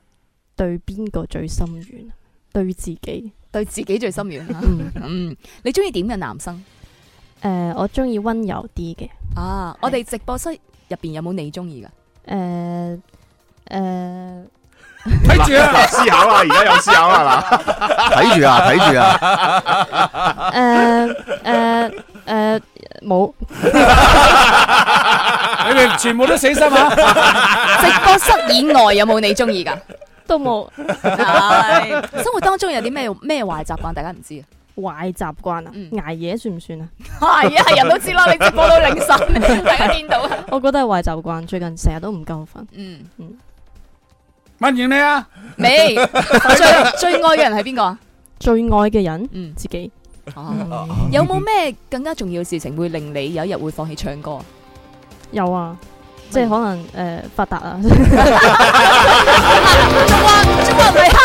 Speaker 10: 對邊個最心軟？對自己。
Speaker 7: 對自己最心軟啊！嗯，你中意點嘅男生
Speaker 10: 誒，我中意温柔啲嘅。
Speaker 7: 啊？我哋直播室入邊有冇你中意噶？
Speaker 10: 誒 誒，
Speaker 5: 睇住啊！
Speaker 8: 思考啦，而家有思考啦，係嘛？
Speaker 1: 睇住啊，睇住啊！
Speaker 7: 呃
Speaker 10: 誒誒誒，冇。
Speaker 5: 你哋全部都死心啊！
Speaker 7: 直播室以外有冇你中意噶？
Speaker 10: 都冇。
Speaker 7: 係生活當中有啲咩咩壞習慣，大家唔知啊？嗯
Speaker 10: 壞習慣啊，捱夜算唔算啊？
Speaker 7: 係啊，係人都知啦，你直播到 凌晨，大家見到啊。
Speaker 10: 我覺得係壞習慣，最近成日都唔夠瞓。
Speaker 7: 嗯
Speaker 10: 嗯，
Speaker 5: 問完你啊，
Speaker 7: 你最最愛嘅人係邊個啊？嗯哦
Speaker 10: 最愛嘅人，自己。嗯啊
Speaker 7: 有冇咩更加重要嘅事情會令你有一日會放棄唱歌啊？
Speaker 10: 有啊，即係可能誒嗯發達 啊。
Speaker 7: 仲話仲話唔係慳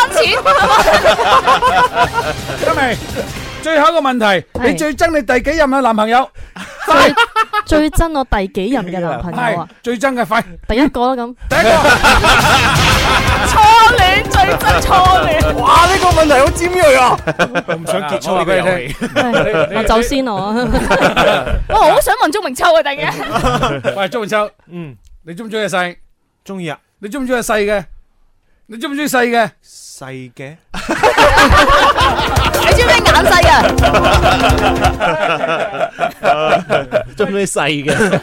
Speaker 7: 錢，
Speaker 5: 得未？最後一個問題，
Speaker 10: 係
Speaker 5: 你最憎你第幾任嘅男朋友？
Speaker 10: 最憎我第幾任嘅男朋友啊？
Speaker 5: 最憎嘅快，
Speaker 10: 第一個啦咁。
Speaker 7: 初戀最憎初戀。
Speaker 11: 哇！呢個問題好尖鋭啊！
Speaker 12: 我唔想結束
Speaker 5: 我
Speaker 12: 呢
Speaker 5: 話
Speaker 12: 個
Speaker 5: 俾你
Speaker 12: 遊
Speaker 5: 聽
Speaker 12: 戲。
Speaker 10: 我走先我。
Speaker 7: 我好想問鍾明秋啊！突然間，
Speaker 5: 喂，钟明秋，嗯，你中唔中意細？
Speaker 12: 中意啊！
Speaker 5: 你中唔中意細嘅？你中唔中意細嘅？
Speaker 12: 細嘅，
Speaker 7: 你知唔知眼細
Speaker 5: 啊？
Speaker 15: 中啲細嘅，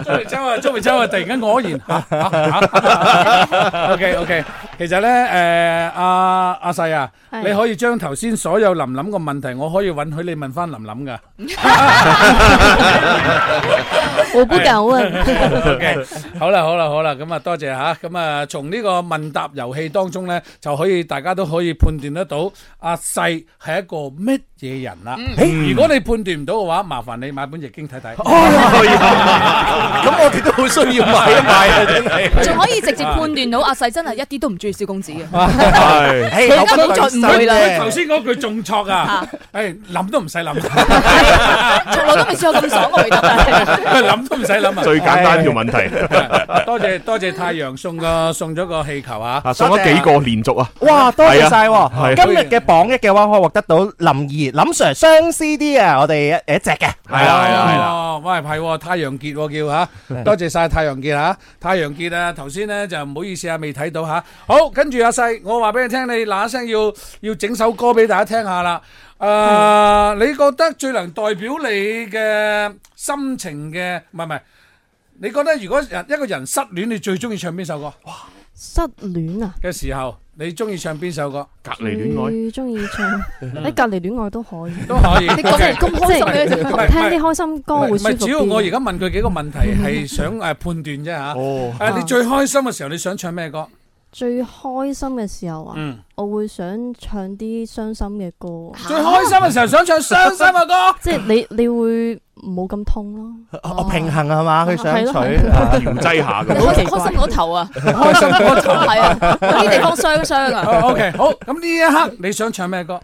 Speaker 5: 钟明秋啊，钟明秋啊，突然間愕然。O K O K，其實咧，ờ, à, 诶，阿阿細啊，
Speaker 15: 係
Speaker 5: à, 你可以將頭先所有琳琳嘅問題，我可以允許你問翻琳琳噶。
Speaker 10: 我不 敢問。
Speaker 5: OK，好啦好啦好啦，咁啊多謝吓，咁啊從呢個問答遊戲當中咧，就可以大家都可以判斷得到阿細係一個乜嘢人啦。誒如果你判斷唔到嘅話，麻煩你買本易經睇睇。咁
Speaker 11: 我哋都好需要買一買啊真 係
Speaker 7: 仲可以直接判斷到阿細真係一啲都唔中意蕭公子嘅。
Speaker 5: 係
Speaker 7: 佢而家冇再誤
Speaker 5: 佢
Speaker 7: 會啦
Speaker 5: 頭，先嗰句仲錯啊！誒諗都唔使 諗，從
Speaker 7: 來都未試過咁爽嘅回 答
Speaker 5: 諗都唔使諗啊！
Speaker 8: 最簡單條問題，
Speaker 5: 多謝多謝太陽送個送咗個氣球啊！
Speaker 8: 啊送咗幾個連續啊！
Speaker 11: 哇，多謝晒
Speaker 8: 係啊
Speaker 11: 喎！今日嘅榜一嘅話，可以獲得到林怡、林 Sir 雙 CD 啊，我哋一一隻嘅。
Speaker 5: 系啦系啦系啦，喂係喎，太陽傑喎叫吓，多謝晒太陽傑吓，太陽傑啊，頭先咧就唔好意思啊，未睇到吓。好，跟住阿細，我話俾你聽，你嗱一聲要要整首歌俾大家聽下啦。诶，你覺得最能代表你嘅心情嘅，唔係唔係？你覺得如果人一個人失戀，你最中意唱邊首歌？
Speaker 10: 失戀啊，
Speaker 5: 嘅時候，你中意唱邊首歌？
Speaker 8: 隔
Speaker 10: 最中意唱喺隔離戀愛都可以，
Speaker 5: 嗯都可以。
Speaker 10: 你講得咁開心嘅
Speaker 5: 即係
Speaker 10: 聽啲開心歌會
Speaker 5: 唔
Speaker 10: 舒服
Speaker 5: 係，主要
Speaker 10: 啲。
Speaker 5: 我而家問佢幾個問題係想誒判斷啫嚇。哦，誒你最開心嘅時候你想唱咩歌？
Speaker 10: 最開心嘅時候啊
Speaker 5: 嗯，
Speaker 10: 我會想唱啲傷心嘅歌。啊
Speaker 5: 最開心嘅時候想唱傷心嘅歌，
Speaker 10: 即係你你會冇咁痛咯。
Speaker 7: 哦
Speaker 11: 我哦平衡啊係嘛？佢想
Speaker 10: 係咯
Speaker 11: 取啊
Speaker 10: 係
Speaker 5: 啊
Speaker 10: 咯
Speaker 8: 調劑下 咁
Speaker 7: 開開心嗰頭啊，
Speaker 5: 開心 嗰頭
Speaker 7: 係啊，有啲地方傷傷 啊。
Speaker 5: O K，好，咁呢一刻你想唱咩歌？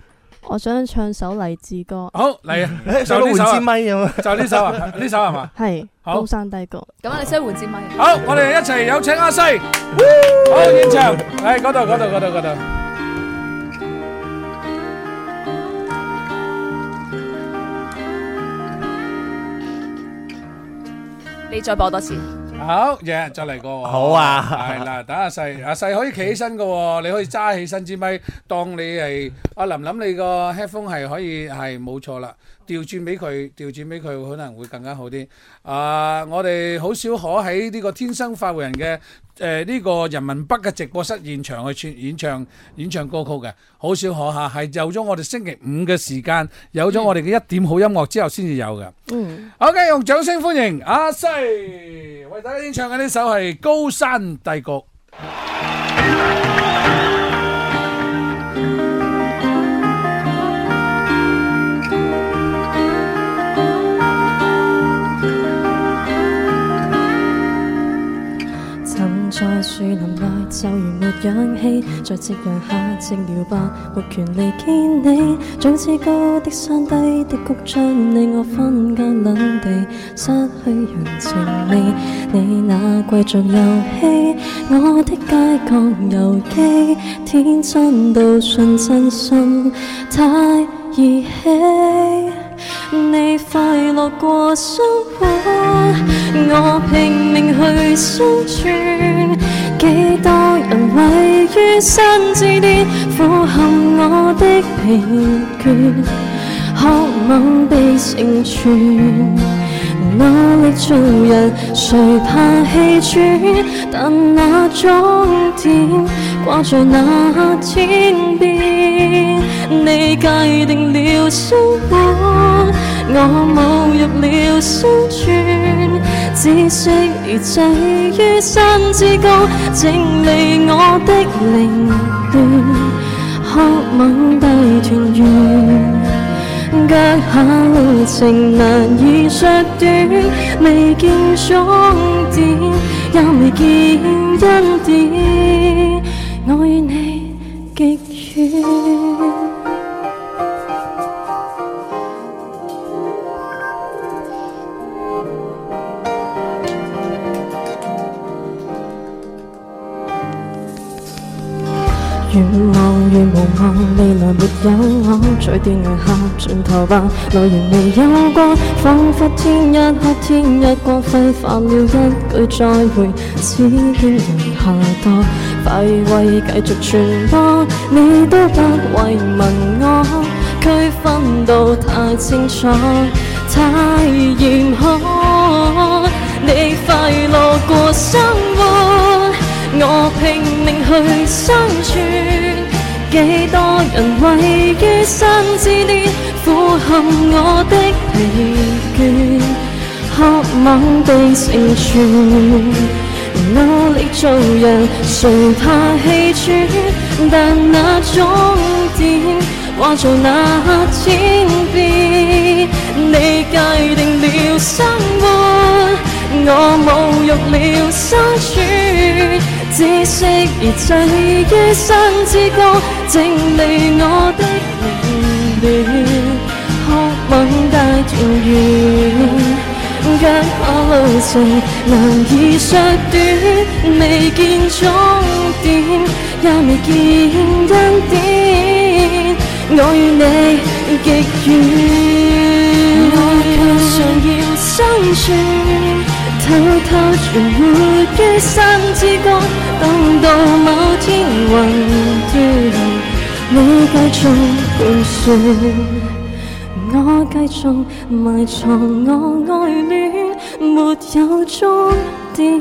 Speaker 10: 我想唱首勵志歌。
Speaker 5: 好嚟啊，
Speaker 11: 想
Speaker 5: 就呢首
Speaker 11: 換支
Speaker 5: 啊，
Speaker 11: 咪咁啊！
Speaker 5: 就呢首啊，呢首係嘛？
Speaker 10: 係
Speaker 5: 好
Speaker 10: 高山低谷。
Speaker 7: 咁啊，你先換支咪。
Speaker 5: 好，我哋一齊有請阿西。好，現場喺嗰度，嗰度，嗰度，嗰度。
Speaker 7: 你再播多次。
Speaker 5: 好嘢，再嚟過。
Speaker 11: 好啊
Speaker 5: 係啦，等阿細，阿細可以企起身嘅喎，你可以揸起身支咪，當你係阿林林，你個 headphone 係可以係冇錯啦，調轉俾佢，調轉俾佢可能會更加好啲。啊，我哋好少可喺呢個天生快活人嘅誒呢個人民北嘅直播室現場去唱演唱演唱歌曲嘅，好少可嚇，係有咗我哋星期五嘅時間，有咗我哋嘅一點好音樂之後先至有嘅。
Speaker 10: 嗯，
Speaker 5: OK，用掌聲歡迎阿西，為大家演唱嘅呢首係《高山帝國》。
Speaker 13: 曾在樹林內，就如沒氧氣，在夕陽下寂寥吧，沒權利見你。早知高的山低的谷，將你我分隔兩地，失去人情味。你那貴族遊戲，我的街角遊記，天真到信真心太兒戲。你快樂過生活，我拼命去生存。幾多人位於山之巔，俯瞰我的疲倦，渴望被成全。努力做人，誰怕氣喘？但那終點掛在那天邊，你界定了生活，我侮辱了生存。只適宜滯於山之高，整理我的凌亂，渴望大團圓。腳下路程難以削短，未見終點，也未見恩典，我與你極遠。願望如無望，未來沒有我，在斷崖下盡頭吧，來源未有光，彷彿天一黑天一光，揮發了一句再會，只見人下墮，快慰繼續傳播，你都不慰問我，區分到太清楚，太嚴苛，你快樂過生活。我拼命去生存。幾多人位於山之巔，俯瞰我的疲倦，渴望被成全。努力做人，誰怕氣喘？但那終點掛在那天邊，你界定了生活，我侮辱了生存。只適宜滯於山之高，整理我的凌亂，渴望大團圓。腳下路程難以削短，未見終點，也未見恩典，我與你極遠。我卻尚要生存。偷偷存活於山之谷，等到某天雲斷，你繼續盤旋，我繼續埋藏我愛戀，沒有終點，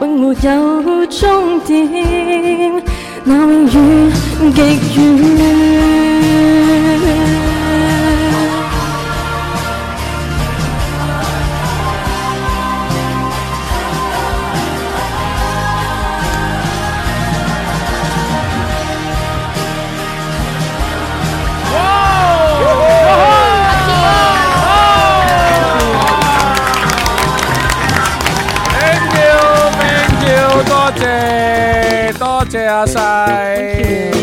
Speaker 13: 永沒有終點，那永遠極遠。
Speaker 5: Thank you, thank you，多謝多謝阿細。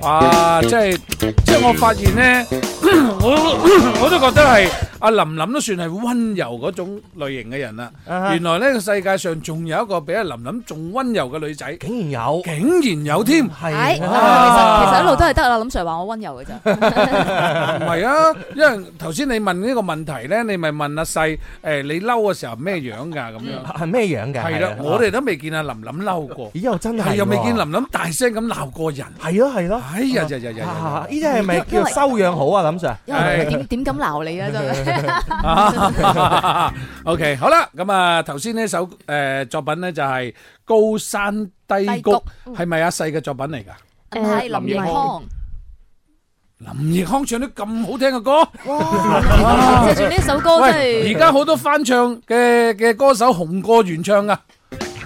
Speaker 5: 哇，即係即係我發現咧， 我我都 覺得係阿林林都算係温柔嗰種類型嘅人啦。
Speaker 8: 哈
Speaker 5: 原來呢個世界上仲有一個比阿林林仲温柔嘅女仔，竟然有，竟然有添，
Speaker 7: 係，
Speaker 5: 係
Speaker 7: 其
Speaker 5: 啊
Speaker 7: 實其實一路都係得啦，林 Sir 話我温柔嘅咋。
Speaker 5: 唔係啊，因為頭先你問呢個問題咧，你咪問阿細誒，你嬲嘅時候咩樣㗎咁樣？
Speaker 11: 係啊咩樣㗎？
Speaker 5: 係啦，我哋都未見阿林林嬲過，
Speaker 11: 咦又真係喎
Speaker 5: 又未見林林大聲咁鬧過人。
Speaker 11: 係咯係咯。
Speaker 5: 哎呀呀呀呀！
Speaker 11: 啊呢啲係咪叫修養好啊，林 Sir？
Speaker 7: 因為點點敢鬧你啊？真 係。
Speaker 5: 啊 OK，好啦，咁啊，頭先呢首誒作品咧就係《高山低谷》，係咪阿細嘅作品嚟㗎？
Speaker 7: 唔係林奕匡，
Speaker 5: 林奕匡唱啲咁好聽嘅歌，
Speaker 7: 哇！藉住呢首歌真係
Speaker 5: 喂而家好多翻唱嘅嘅歌手紅過原唱㗎。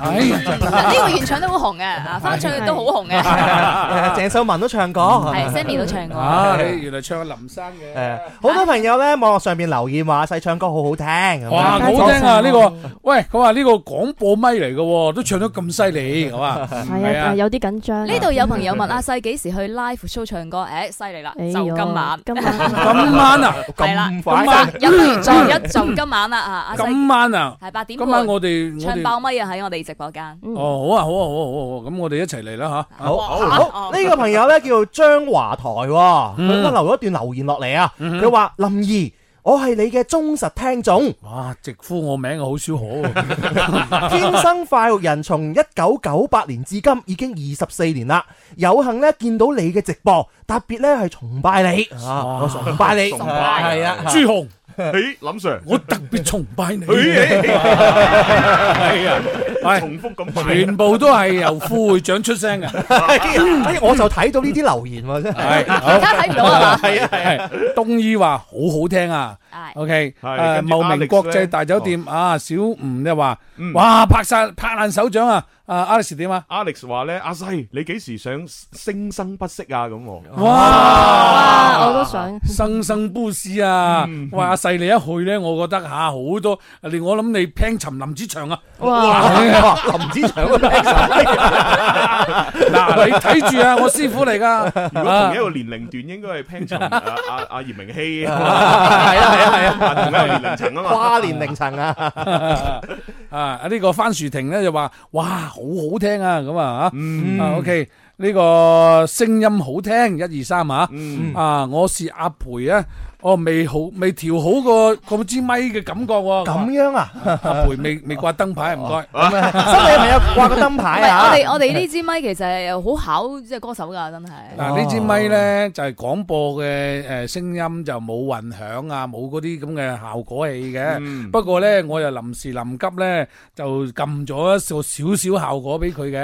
Speaker 7: 呢個原唱都好紅嘅，啊，翻唱都好紅嘅。
Speaker 11: 鄭秀文都唱過，
Speaker 7: 係 Sammy 都唱過
Speaker 5: 啊，你原來唱林生嘅。
Speaker 11: 誒，好多朋友咧，網絡上邊留言話細唱歌好好聽。
Speaker 5: 哇，好聽啊！呢個，喂，佢話呢個廣播咪嚟嘅喎，都唱得咁犀利，係嘛？
Speaker 10: 係啊，有啲緊張。
Speaker 7: 呢度有朋友問阿細幾時去 live show 唱歌？誒，犀利啦，就今晚。
Speaker 10: 哎今晚
Speaker 5: 今晚啊，
Speaker 7: 係啦，
Speaker 5: 咁
Speaker 7: 今晚
Speaker 5: 快
Speaker 7: 一月再一就今晚啦啊！阿細
Speaker 5: 今晚啊，
Speaker 7: 係八點半。
Speaker 5: 今晚我哋我
Speaker 7: 唱
Speaker 5: 哋
Speaker 7: 爆咪啊！喺我哋直播間。
Speaker 5: 哦，好啊，好啊，好啊，好啊，好啊咁我哋一齊嚟啦吓。
Speaker 11: 好好，呢個朋友咧叫張華台喎，
Speaker 5: 嗯
Speaker 11: 佢都留咗一段留言落嚟啊。佢話林怡，我係你嘅忠實聽眾。
Speaker 5: 哇，直呼我名好少可喎。
Speaker 11: 天生快活人從一九九八年至今已經二十四年啦，有幸咧見到你嘅直播，特別咧係崇拜你啊，我崇拜你，
Speaker 8: 崇拜
Speaker 11: 係啊，
Speaker 5: 朱紅，
Speaker 8: 咦，林 Sir，
Speaker 5: 我特別崇拜你。
Speaker 8: 係啊，
Speaker 5: 係
Speaker 8: 重複咁拜
Speaker 5: 全部都係由副會長出聲嘅。
Speaker 11: 哎我就睇到呢啲留言 喎，真係
Speaker 5: 係，好
Speaker 11: 睇唔到 啊嘛
Speaker 5: 係啊係啊，東醫話好好聽啊，OK，誒
Speaker 8: 跟住
Speaker 5: 茂
Speaker 8: Alex
Speaker 5: 名國際
Speaker 8: 咧
Speaker 5: 大酒店啊，小吳就話，
Speaker 8: 嗯
Speaker 5: 哇拍晒拍爛手掌啊，啊 Alex 點啊？
Speaker 8: Alex 話咧，阿西，你幾時想聲生不息啊？咁喎，
Speaker 5: 哇！
Speaker 10: 我都想
Speaker 5: 生生不息啊！哇，阿細你一去咧，我覺得吓好多，連我諗你拼沉林子祥啊！
Speaker 11: 哇哇林子祥都拼
Speaker 5: 嗱， 你睇住啊，我師傅嚟啊噶。
Speaker 8: 如果同一個年齡段，應該係 Pan 陳 阿阿阿葉明熙，係
Speaker 11: 啊係啊
Speaker 8: 同一個年齡層啊嘛，
Speaker 11: 跨年齡層 啊。
Speaker 5: 啊！呢、個番薯亭咧就話：哇，好好聽啊！咁啊嚇，啊 OK，呢個聲音好聽，一二三啊，啊，我是阿培啊，我未好未調好個個支咪嘅感覺喎。
Speaker 11: 咁樣啊？
Speaker 5: 阿培未未掛燈牌，唔 該。
Speaker 11: 心理朋友掛個燈
Speaker 7: 唔
Speaker 11: 牌
Speaker 7: 係，我！
Speaker 11: 啊
Speaker 7: 哋我哋呢支咪其實係好考即係歌手㗎，真係。
Speaker 5: 嗱呢支咪咧就係廣播嘅誒聲音就冇混響啊，冇嗰啲咁嘅效果器嘅。不過咧，我又臨時臨急咧就撳咗一個少少效果俾佢嘅。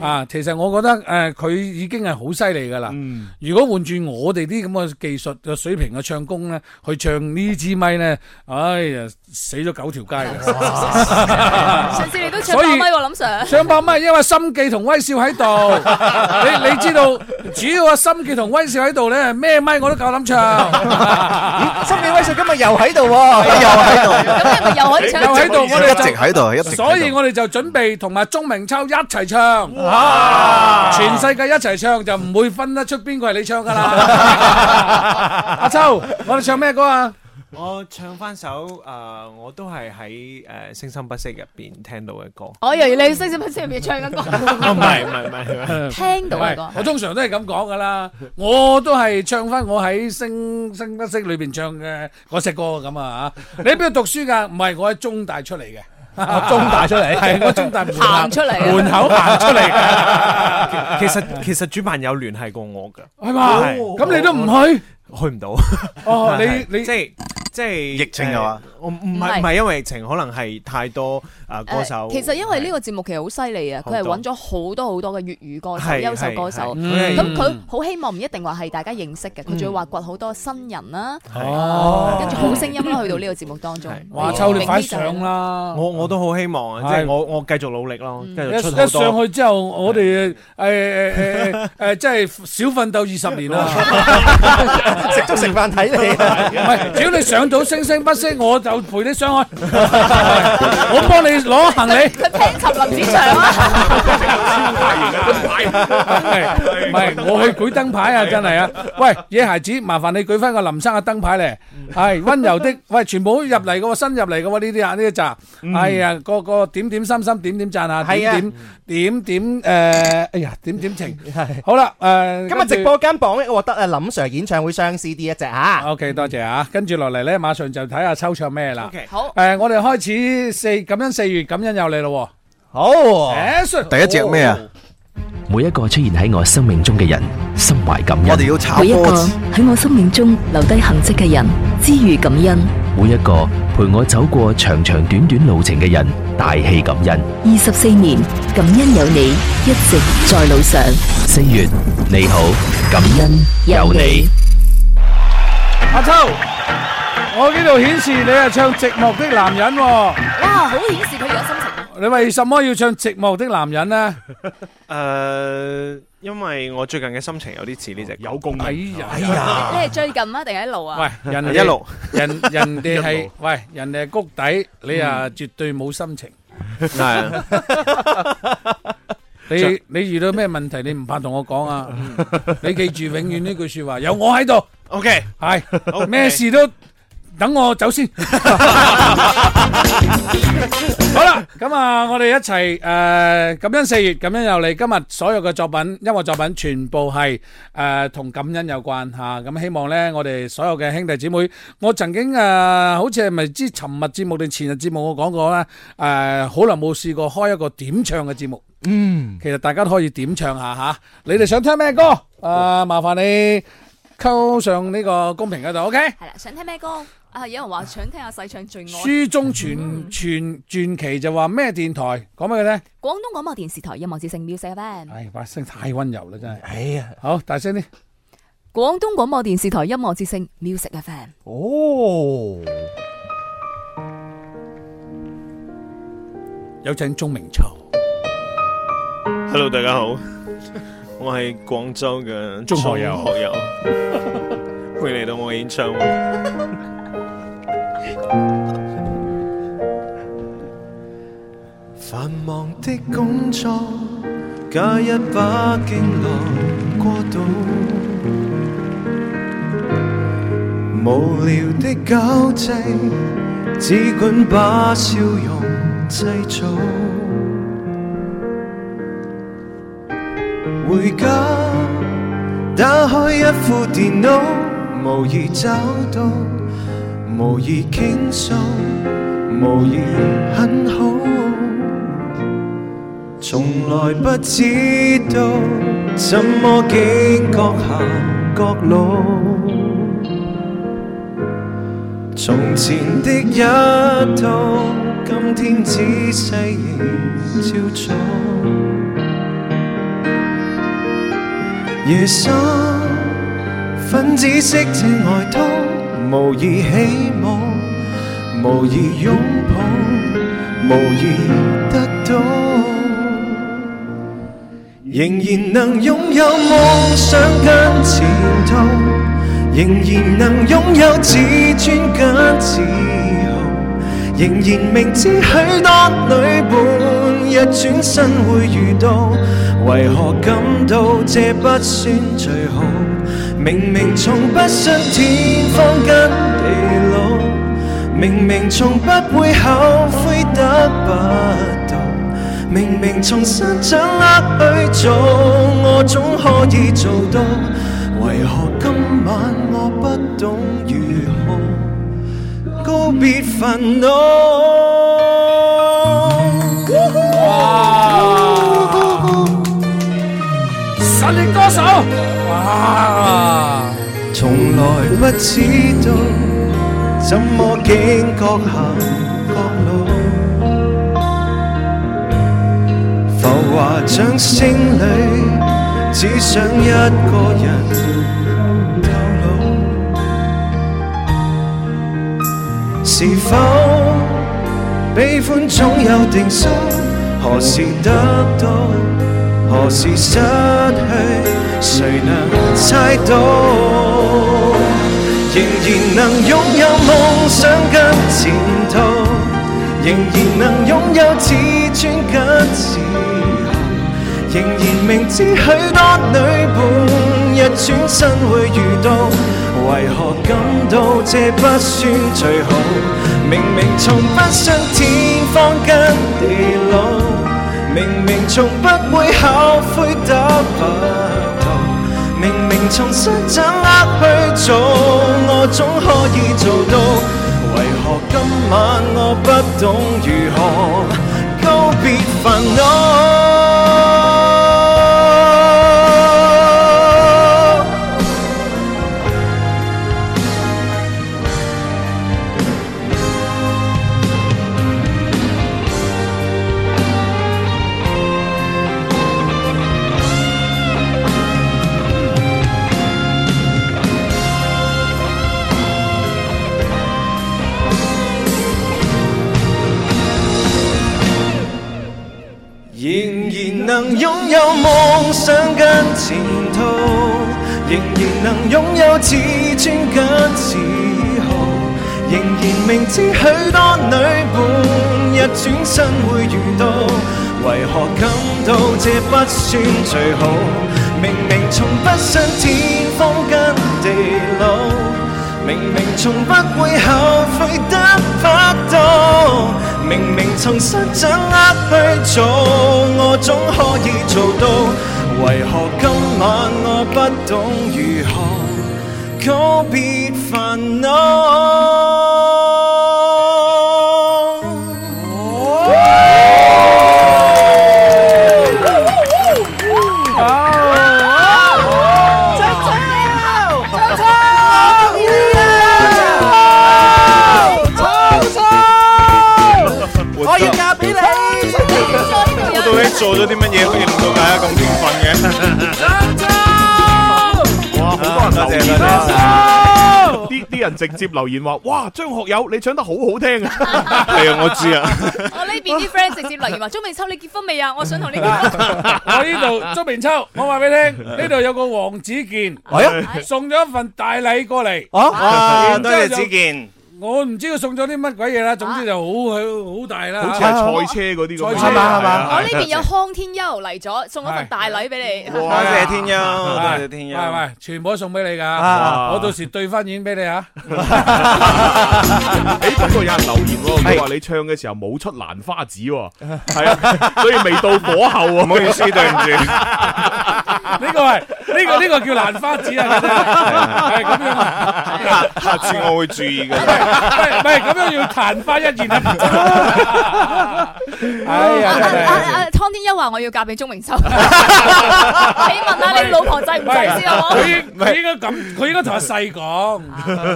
Speaker 5: 啊，其實我覺得誒佢已經係好犀利㗎啦。如果換轉我哋啲咁嘅技術嘅水平嘅唱功咧，去唱呢支咪咧，唉呀死咗九條街嘅。
Speaker 7: 上次你都唱爆
Speaker 5: 所以
Speaker 7: 咪喎，林 Sir。
Speaker 5: 上百蚊，因為心記同威少喺度。你你知道，只要阿心記同威少喺度咧，咩咪我都夠膽唱。
Speaker 11: 心記威少今日又喺度喎，
Speaker 5: 又 喺度，
Speaker 7: 咁你咪又可以唱
Speaker 5: 又喺度，我哋就
Speaker 16: 一直喺度一直喺度
Speaker 5: 所以我哋就準備同埋鐘明秋一齊唱。哇！全世界一齊唱就唔會分得出邊個係你唱噶啦。阿秋，我哋唱咩歌啊？
Speaker 12: 我唱翻首誒，我都係喺誒《聲生不息》入邊聽到嘅歌。
Speaker 7: 我以為你識識不識入面唱緊歌。
Speaker 12: 唔係唔係唔
Speaker 5: Ờ,
Speaker 12: 係，
Speaker 7: 聽到嘅
Speaker 5: 喂
Speaker 7: 歌。
Speaker 5: 我通常都係咁講噶啦，我都係唱翻我喺《星星不息》裏邊唱嘅嗰隻歌咁 啊嚇！你喺邊度讀書㗎？唔係，我喺中大出嚟嘅。
Speaker 12: 我中大出嚟
Speaker 5: 係我中大門口
Speaker 12: 行出嚟嘅
Speaker 5: 門口行出嚟嘅。
Speaker 12: 其實其實主辦有聯繫過我㗎，
Speaker 5: 係嘛咁你都唔去？
Speaker 12: 去唔到。
Speaker 5: 哦你
Speaker 12: 係即係即係疫
Speaker 16: 情啊嘛
Speaker 12: 我唔唔
Speaker 7: 唔係
Speaker 12: 係唔係因為疫情，可能係太多誒 歌手。
Speaker 7: 其實因為呢個節目其實好犀利啊，
Speaker 12: 好
Speaker 7: 佢
Speaker 12: 多
Speaker 7: 係揾咗好多好多嘅粵語歌手、
Speaker 12: 係
Speaker 7: 優秀歌手，
Speaker 12: 係係
Speaker 7: 咁
Speaker 12: 嗯
Speaker 7: 佢好希望唔一定話係大家認識嘅，佢仲要話掘好多新人啦，
Speaker 12: 哦
Speaker 7: 跟住好聲音啦，去到呢個節目當中。
Speaker 5: 哇！秋你快上啦！
Speaker 12: 我我都好希望啊，即係我我繼續努力咯，繼
Speaker 5: 一
Speaker 12: 續出
Speaker 5: 一
Speaker 12: 好
Speaker 5: 上
Speaker 12: 多。
Speaker 5: 去之後，我哋誒誒誒誒，即係少奮鬥二十年啦。
Speaker 11: 食粥食飯睇你。
Speaker 5: 唔係，只要你上到星星不息，我就陪你 上去。我幫你攞行李。
Speaker 7: 佢聽尋林子祥啊！
Speaker 5: 係唔係？我去舉燈牌啊，真係啊！喂，野孩子，麻煩你舉翻個林生嘅燈牌嚟。係温 柔的，喂，全部都入嚟嘅喎，新入嚟嘅喎，呢啲啊呢一集。哎呀，個個點點心心，點點讚啊，
Speaker 11: 係啊
Speaker 5: 點點點點誒，哎呀，點點 情。好啦，誒，
Speaker 11: 今日直播間榜一，我獲得啊林 Sir 演唱會雙 CD 一隻嚇。
Speaker 5: OK，多謝啊！跟住落嚟咧，馬上就睇下抽唱咩啦。
Speaker 7: 好。
Speaker 5: 誒，我哋開始四感恩四月，感恩有你咯
Speaker 11: 喎。好。
Speaker 16: 第一隻咩啊？
Speaker 17: 每一個出現喺我生命中嘅人，心懷感恩。
Speaker 16: 我哋要炒
Speaker 2: 每一個喺我生命中留低痕迹嘅人，知遇感恩。
Speaker 17: 每一個陪我走過長長短短路程嘅人，大氣感恩。
Speaker 2: 二十四年，感恩有你，一直在路上。
Speaker 17: 四月你好，感恩
Speaker 2: Dạ
Speaker 17: 有你。
Speaker 5: 阿秋，我呢度顯示你係唱《寂寞的男人》喎。
Speaker 2: À, dạ,
Speaker 7: 哇，好顯示佢而家心情。
Speaker 5: 你为什么要唱《寂寞的男人》 呢？
Speaker 12: 诶，因為我最近嘅心情有啲似呢只有共
Speaker 5: 鳴。
Speaker 12: 哎
Speaker 7: 你係追近啊，定係一路啊？
Speaker 5: 喂，人哋
Speaker 12: 一路
Speaker 5: 人 人哋
Speaker 12: 一
Speaker 5: 係
Speaker 12: 路
Speaker 5: 喂，人哋係谷底，你啊絕對冇心情。
Speaker 12: 係啊
Speaker 5: 你你遇到咩問題，你唔怕同我講 啊？你記住永遠呢句说話，有我喺度。
Speaker 12: OK，
Speaker 5: 係咩事都等我走先。好啦，咁啊，我哋一齊诶、呃感恩四月，感恩又嚟。今日所有嘅作品，音樂作品全部係诶同感恩有關吓。咁、希望呢，我哋所有嘅兄弟姊妹，我曾經诶、呃好似係咪知尋日節目定前日節目我講過啦。诶、好耐冇試過開一個點唱嘅節目。
Speaker 11: 嗯，
Speaker 5: 其實大家都可以點唱下吓，你哋想聽咩歌？诶、麻煩你溝上呢個公屏嗰度，OK？
Speaker 7: 係啦，想聽咩歌？啊，有人話想聽阿細唱最愛，
Speaker 5: 書中傳傳傳奇就話咩電台講咩嘅咧？
Speaker 7: 廣東廣播電視台音樂之聲 Music FM。
Speaker 5: 唉，把聲太温柔啦，真係。哎
Speaker 11: 呀，
Speaker 5: 好大聲啲。
Speaker 7: 廣東廣播電視台音樂之聲 Music FM。
Speaker 11: 哦，
Speaker 5: 有請鐘明秋。
Speaker 12: Hello，大家好，我係廣州嘅
Speaker 5: 中學友
Speaker 12: 中學友，歡迎嚟到我嘅演唱會。
Speaker 18: 繁忙的工作，加一把勁來過渡。無聊的交際，只管把笑容製造。回家，打開一副電腦，無意找到，無意傾訴，無意很好。從來不知道怎麼竟各行各路。從前的一套，今天仔細仍照做。夜深，粉紫色正外套，無意起舞，無意擁抱，無意得到。仍然能擁有夢想跟前途，仍然能擁有自尊跟自豪，仍然明知許多女伴一轉身會遇到，為何感到這不算最好？明明從不信天荒跟地老，明明從不會後悔得不到。明明重新掌握去做，我總可以做到。為何今晚我不懂如何告別煩惱？
Speaker 5: 實力歌手，哇！
Speaker 18: 從來啊不知道怎麼竟各行各路，浮華掌聲裏，只想一個人透露。是否悲歡總有定數？何時得到？何時失去？誰能猜到？仍然能擁有夢想跟前途，仍然能擁有自尊跟自豪，仍然明知許多女伴一轉身會遇到，為何感到這不算最好？明明從不信天荒跟地老。明明從不會後悔得不到，明明重新掌握去做，我總可以做到。為何今晚我不懂如何告別煩惱？能擁有夢想跟前途，仍然能擁有自尊跟自豪，仍然明知許多女伴日轉身會遇到，為何感到這不算最好？明明從不信天荒跟地老。明明從不會後悔得不到，明明曾失掌握去做，我總可以做到。為何今晚我不懂如何告別煩惱？
Speaker 8: 到底做咗啲乜嘢可以令到大家咁興奮嘅？哇！好多人留言啊！啲啲人直接留言話：，哇！張學友你唱得好好聽 啊！係啊，我知啊。
Speaker 7: 我呢邊啲 friend 直接留言話：鍾明秋，你結婚未啊？我想同你結婚。
Speaker 5: 我呢度周明秋，我話俾你聽，呢度有個王子健，送咗一份大禮過嚟。
Speaker 12: 啊哇
Speaker 5: 然之後就
Speaker 12: 多謝子健。
Speaker 5: 我唔知佢送咗啲乜鬼嘢啦，總之就好好大啦。
Speaker 8: 好似係賽車嗰啲咁
Speaker 5: 賽車係嘛係嘛
Speaker 7: 我呢邊有康天庥嚟咗，送咗份大禮 俾你。
Speaker 12: 謝天庥
Speaker 5: 係
Speaker 12: 多謝天庥
Speaker 5: 哎
Speaker 12: 啊
Speaker 5: 喂喂，全部都送俾你噶，
Speaker 8: 哇
Speaker 5: 我到時兑翻錢俾你 啊！
Speaker 8: 誒，不過有人留言喎，
Speaker 12: 哎
Speaker 8: 佢話你唱嘅時候冇出蘭花指喎，係啊， 所以未到火候喎。
Speaker 12: 唔好意思對唔住
Speaker 5: 呢個係呢個呢個叫蘭花指啊！真 係係咁樣啊！
Speaker 8: 下次我會注意嘅。
Speaker 5: 喂喂，咁樣要曇花一現啊！哎
Speaker 7: 啊
Speaker 5: 呀，真
Speaker 7: 啊
Speaker 5: 係
Speaker 7: 啊！啊湯天一話我要嫁俾鍾明秋，你問下你老婆制唔制先啊好啊
Speaker 5: 佢
Speaker 7: 冇？
Speaker 5: 應佢應該咁，佢應該同阿細講，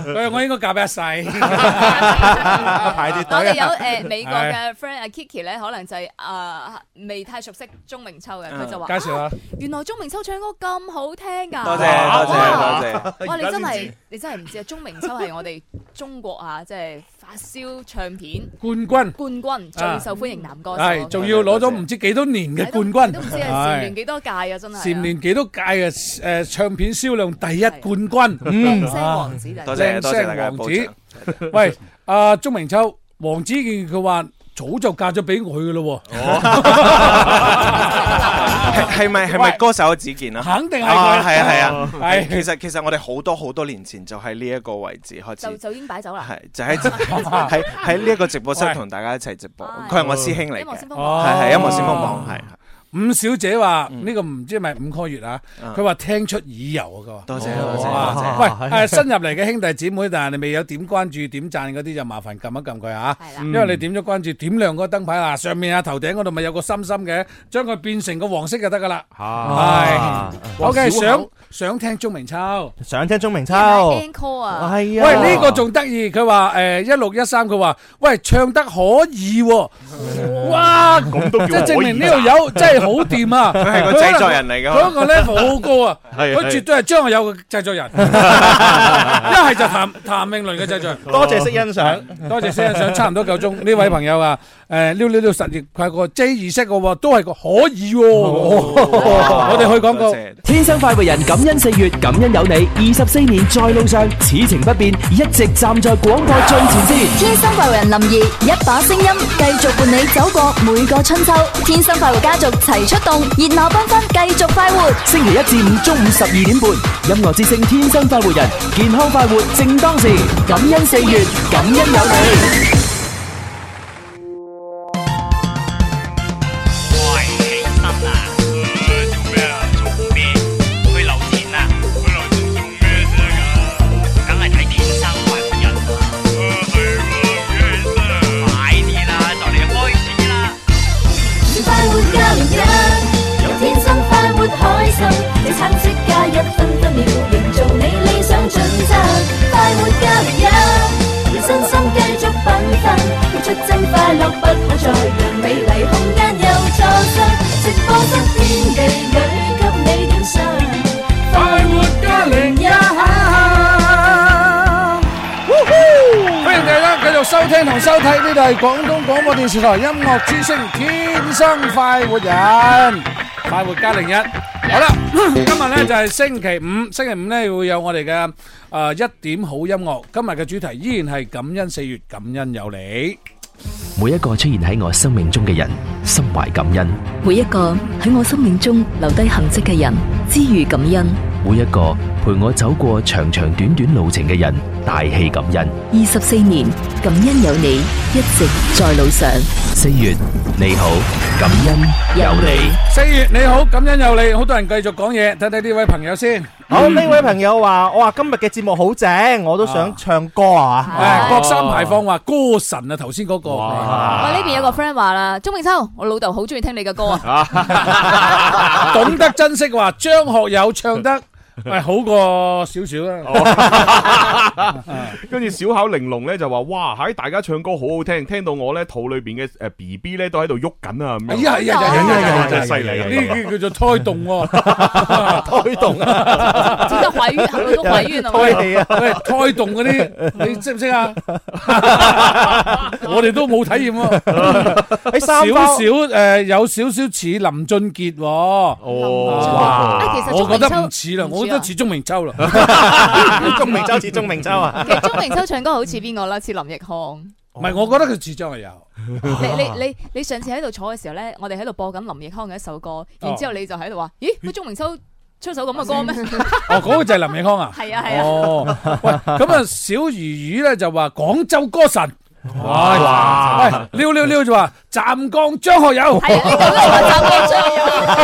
Speaker 5: 佢話我應該嫁俾阿 細。排啲
Speaker 12: 啊
Speaker 7: 我哋有 誒美國嘅 friend 阿 Kiki 咧，可能就係啊未太熟悉鍾明秋嘅，佢就話
Speaker 5: 嗯介紹
Speaker 7: 啊
Speaker 5: 下，
Speaker 7: 原來鍾明秋唱歌咁好聽㗎。
Speaker 12: 多謝
Speaker 7: 哇
Speaker 12: 多謝多謝
Speaker 7: 哇！你真
Speaker 12: 而家先
Speaker 7: 係
Speaker 12: 知
Speaker 7: 你真係唔知啊！鍾明秋係我哋中國啊，即係發燒唱片
Speaker 5: 冠軍啊
Speaker 7: 冠軍最受歡迎男歌手。
Speaker 5: 係，仲要攞咗唔知幾多年嘅冠軍，
Speaker 7: 都唔知係蟬聯幾多屆啊！真係
Speaker 5: 係
Speaker 7: 啊。
Speaker 5: 蟬聯幾多屆嘅誒唱片銷量第一冠軍，
Speaker 7: 靚聲王子嚟多謝
Speaker 12: 多謝大家
Speaker 5: 靚聲
Speaker 12: 報
Speaker 5: 王子。喂，阿鐘明秋，黃子健佢話早就嫁咗俾佢咯
Speaker 12: 哦 係 係咪係咪歌手子健啊？
Speaker 5: 肯定係佢哦
Speaker 12: 啊係啊係啊，
Speaker 5: 係
Speaker 12: 其實其實我哋好多好多年前就喺呢一個位置開
Speaker 7: 就
Speaker 12: 始。
Speaker 7: 就已經擺酒啦。
Speaker 12: 係就喺 喺喺呢一個直播室同大家一齊直播，佢係我師兄嚟嘅，係
Speaker 5: 鋒榜
Speaker 12: 係音樂先鋒榜係。
Speaker 5: 伍小姐話：
Speaker 12: 嗯
Speaker 5: 呢個唔知係咪五個月啊？佢話聽出耳油啊！佢話
Speaker 12: 多謝
Speaker 5: 哦
Speaker 12: 多謝多謝
Speaker 5: 哇 喂，誒新入嚟嘅兄弟姊妹，但係你未有點關注、點讚嗰啲，就麻煩撳一撳佢嚇。因為你點咗關注，點亮嗰個燈牌啦，上面啊頭頂嗰度咪有個心心嘅，將佢變成個黃色就得噶啦。係
Speaker 11: 啊
Speaker 5: ，OK，
Speaker 11: 小口
Speaker 5: 想想聽鐘明秋。
Speaker 11: 想聽鐘明秋，
Speaker 7: call 啊，
Speaker 11: 係啊，
Speaker 5: 喂，呢個仲得意，佢話誒一六一三，佢話喂唱得可以喎，哇，
Speaker 8: 咁都叫
Speaker 5: 即係證明呢
Speaker 8: 可
Speaker 5: 度
Speaker 8: 以
Speaker 5: 有真係好掂啊！
Speaker 12: 佢係個製作人嚟㗎
Speaker 5: 佢嗰個 level 好高啊，
Speaker 8: 係
Speaker 5: 佢
Speaker 8: 係
Speaker 5: 絕對係張學友嘅製作人，一係就譚譚詠麟嘅製作人。
Speaker 11: 多
Speaker 4: 哦
Speaker 11: 謝識
Speaker 4: Ờ.
Speaker 11: 欣賞
Speaker 5: 多謝識欣賞，差唔多夠鐘。呢位朋友啊，誒溜溜溜實亦佢係個 J 二式嘅喎，都係個可以喎，我哋去廣告。
Speaker 17: 天生快活人，感恩四月，感恩有你。二十四年在路上，此情不變，一直站在廣播最前線。
Speaker 9: 天生快活人林怡，一把聲音繼續伴你走過每個春秋。天生快活家族齊出動，熱鬧繽紛繼續快活。
Speaker 17: 星期一至五中午十二點半，音樂之聲《天生快活人》，健康快活正當時，感恩四月，感恩有你。
Speaker 19: 我係起身啦，誒做咩啊？做咩？去留田啊？去留田做咩啫？咁，梗係睇天生快活人啦。啊係喎，起身啊！快啲啦，就嚟開始啦！
Speaker 20: 快活家年一，有天生快活開心，你產積加一分分秒，營造你理想準則。快活家年一，要身心繼續繽紛，活出真快樂不可再讓美麗空間有錯失。直播室天地裏給你點上，快活家年一。
Speaker 5: 欢迎大家繼續收聽同收睇，呢度係廣東廣播電視台音樂之聲《天生快活人》。快活加零一。好啦，今日咧就系星期五，星期五咧会有我哋嘅诶一点好音乐。今日嘅主题依然系感恩四月，感恩有你。
Speaker 21: 每一个出现喺我生命中嘅人，心怀感恩；
Speaker 2: 每一个喺我生命中留低痕迹嘅人，知遇感恩。
Speaker 21: 每一个陪我走过长长短短路程嘅人，大气感恩。
Speaker 2: 二十四年，感恩有你，一直在路上。
Speaker 21: 四月你好，感恩有你。
Speaker 5: 四月你好，感恩有你，好多人继续讲嘢，睇睇呢位朋友先。
Speaker 11: 好，呢位朋友話：我話今日嘅節目好正，我都想唱歌啊！
Speaker 5: 诶，郭三排放話歌神啊，頭先嗰個
Speaker 7: 我呢邊有個 friend 話啦，鐘明秋，我老豆好中意聽你嘅歌 啊。
Speaker 5: 懂得珍惜話張學友唱 得係好過少少
Speaker 8: 哦
Speaker 5: 啦。
Speaker 8: 跟住小巧玲珑咧就話：哇，喺大家唱歌好好聽，聽到我咧肚裏邊嘅誒 B B 咧都喺度喐緊啊！咁樣
Speaker 5: 哎呀哎呀哎呀哎呀
Speaker 8: 真係犀利啊！
Speaker 5: 呢個叫做胎動 喎，
Speaker 11: 胎動
Speaker 5: 啊，
Speaker 7: 真係懷孕係咪都懷孕啊
Speaker 5: 胎氣啊， 喂，胎動嗰啲你識唔識啊？我哋都冇體驗喎，
Speaker 11: 喺三
Speaker 5: 少
Speaker 11: 包
Speaker 5: 少誒有少少似林俊傑喎，
Speaker 11: 哇
Speaker 5: 啊
Speaker 11: 哎其實
Speaker 5: 我覺得
Speaker 11: 鍾明秋
Speaker 5: 唔似
Speaker 7: 啊
Speaker 5: 啦，我覺得似鐘明秋 啦，
Speaker 11: 鐘明秋似鐘明秋啊
Speaker 7: 其實鐘明秋唱歌好似邊個啦？似林奕匡。
Speaker 5: 唔係，我覺得佢似張學友。
Speaker 7: 你你你你上次喺度坐嘅時候咧，我哋喺度播緊林奕匡嘅一首歌，然之後你就喺度話：咦，乜鐘明秋出首咁嘅 歌咩？
Speaker 5: 哦，嗰個就係林永康啊。
Speaker 7: 係啊係啊
Speaker 5: 哦，喂，咁啊，小魚魚咧就話廣州歌神。
Speaker 8: 哇
Speaker 5: 哇！喂，溜溜溜就話湛江張學友。係啊，呢
Speaker 7: 個都係湛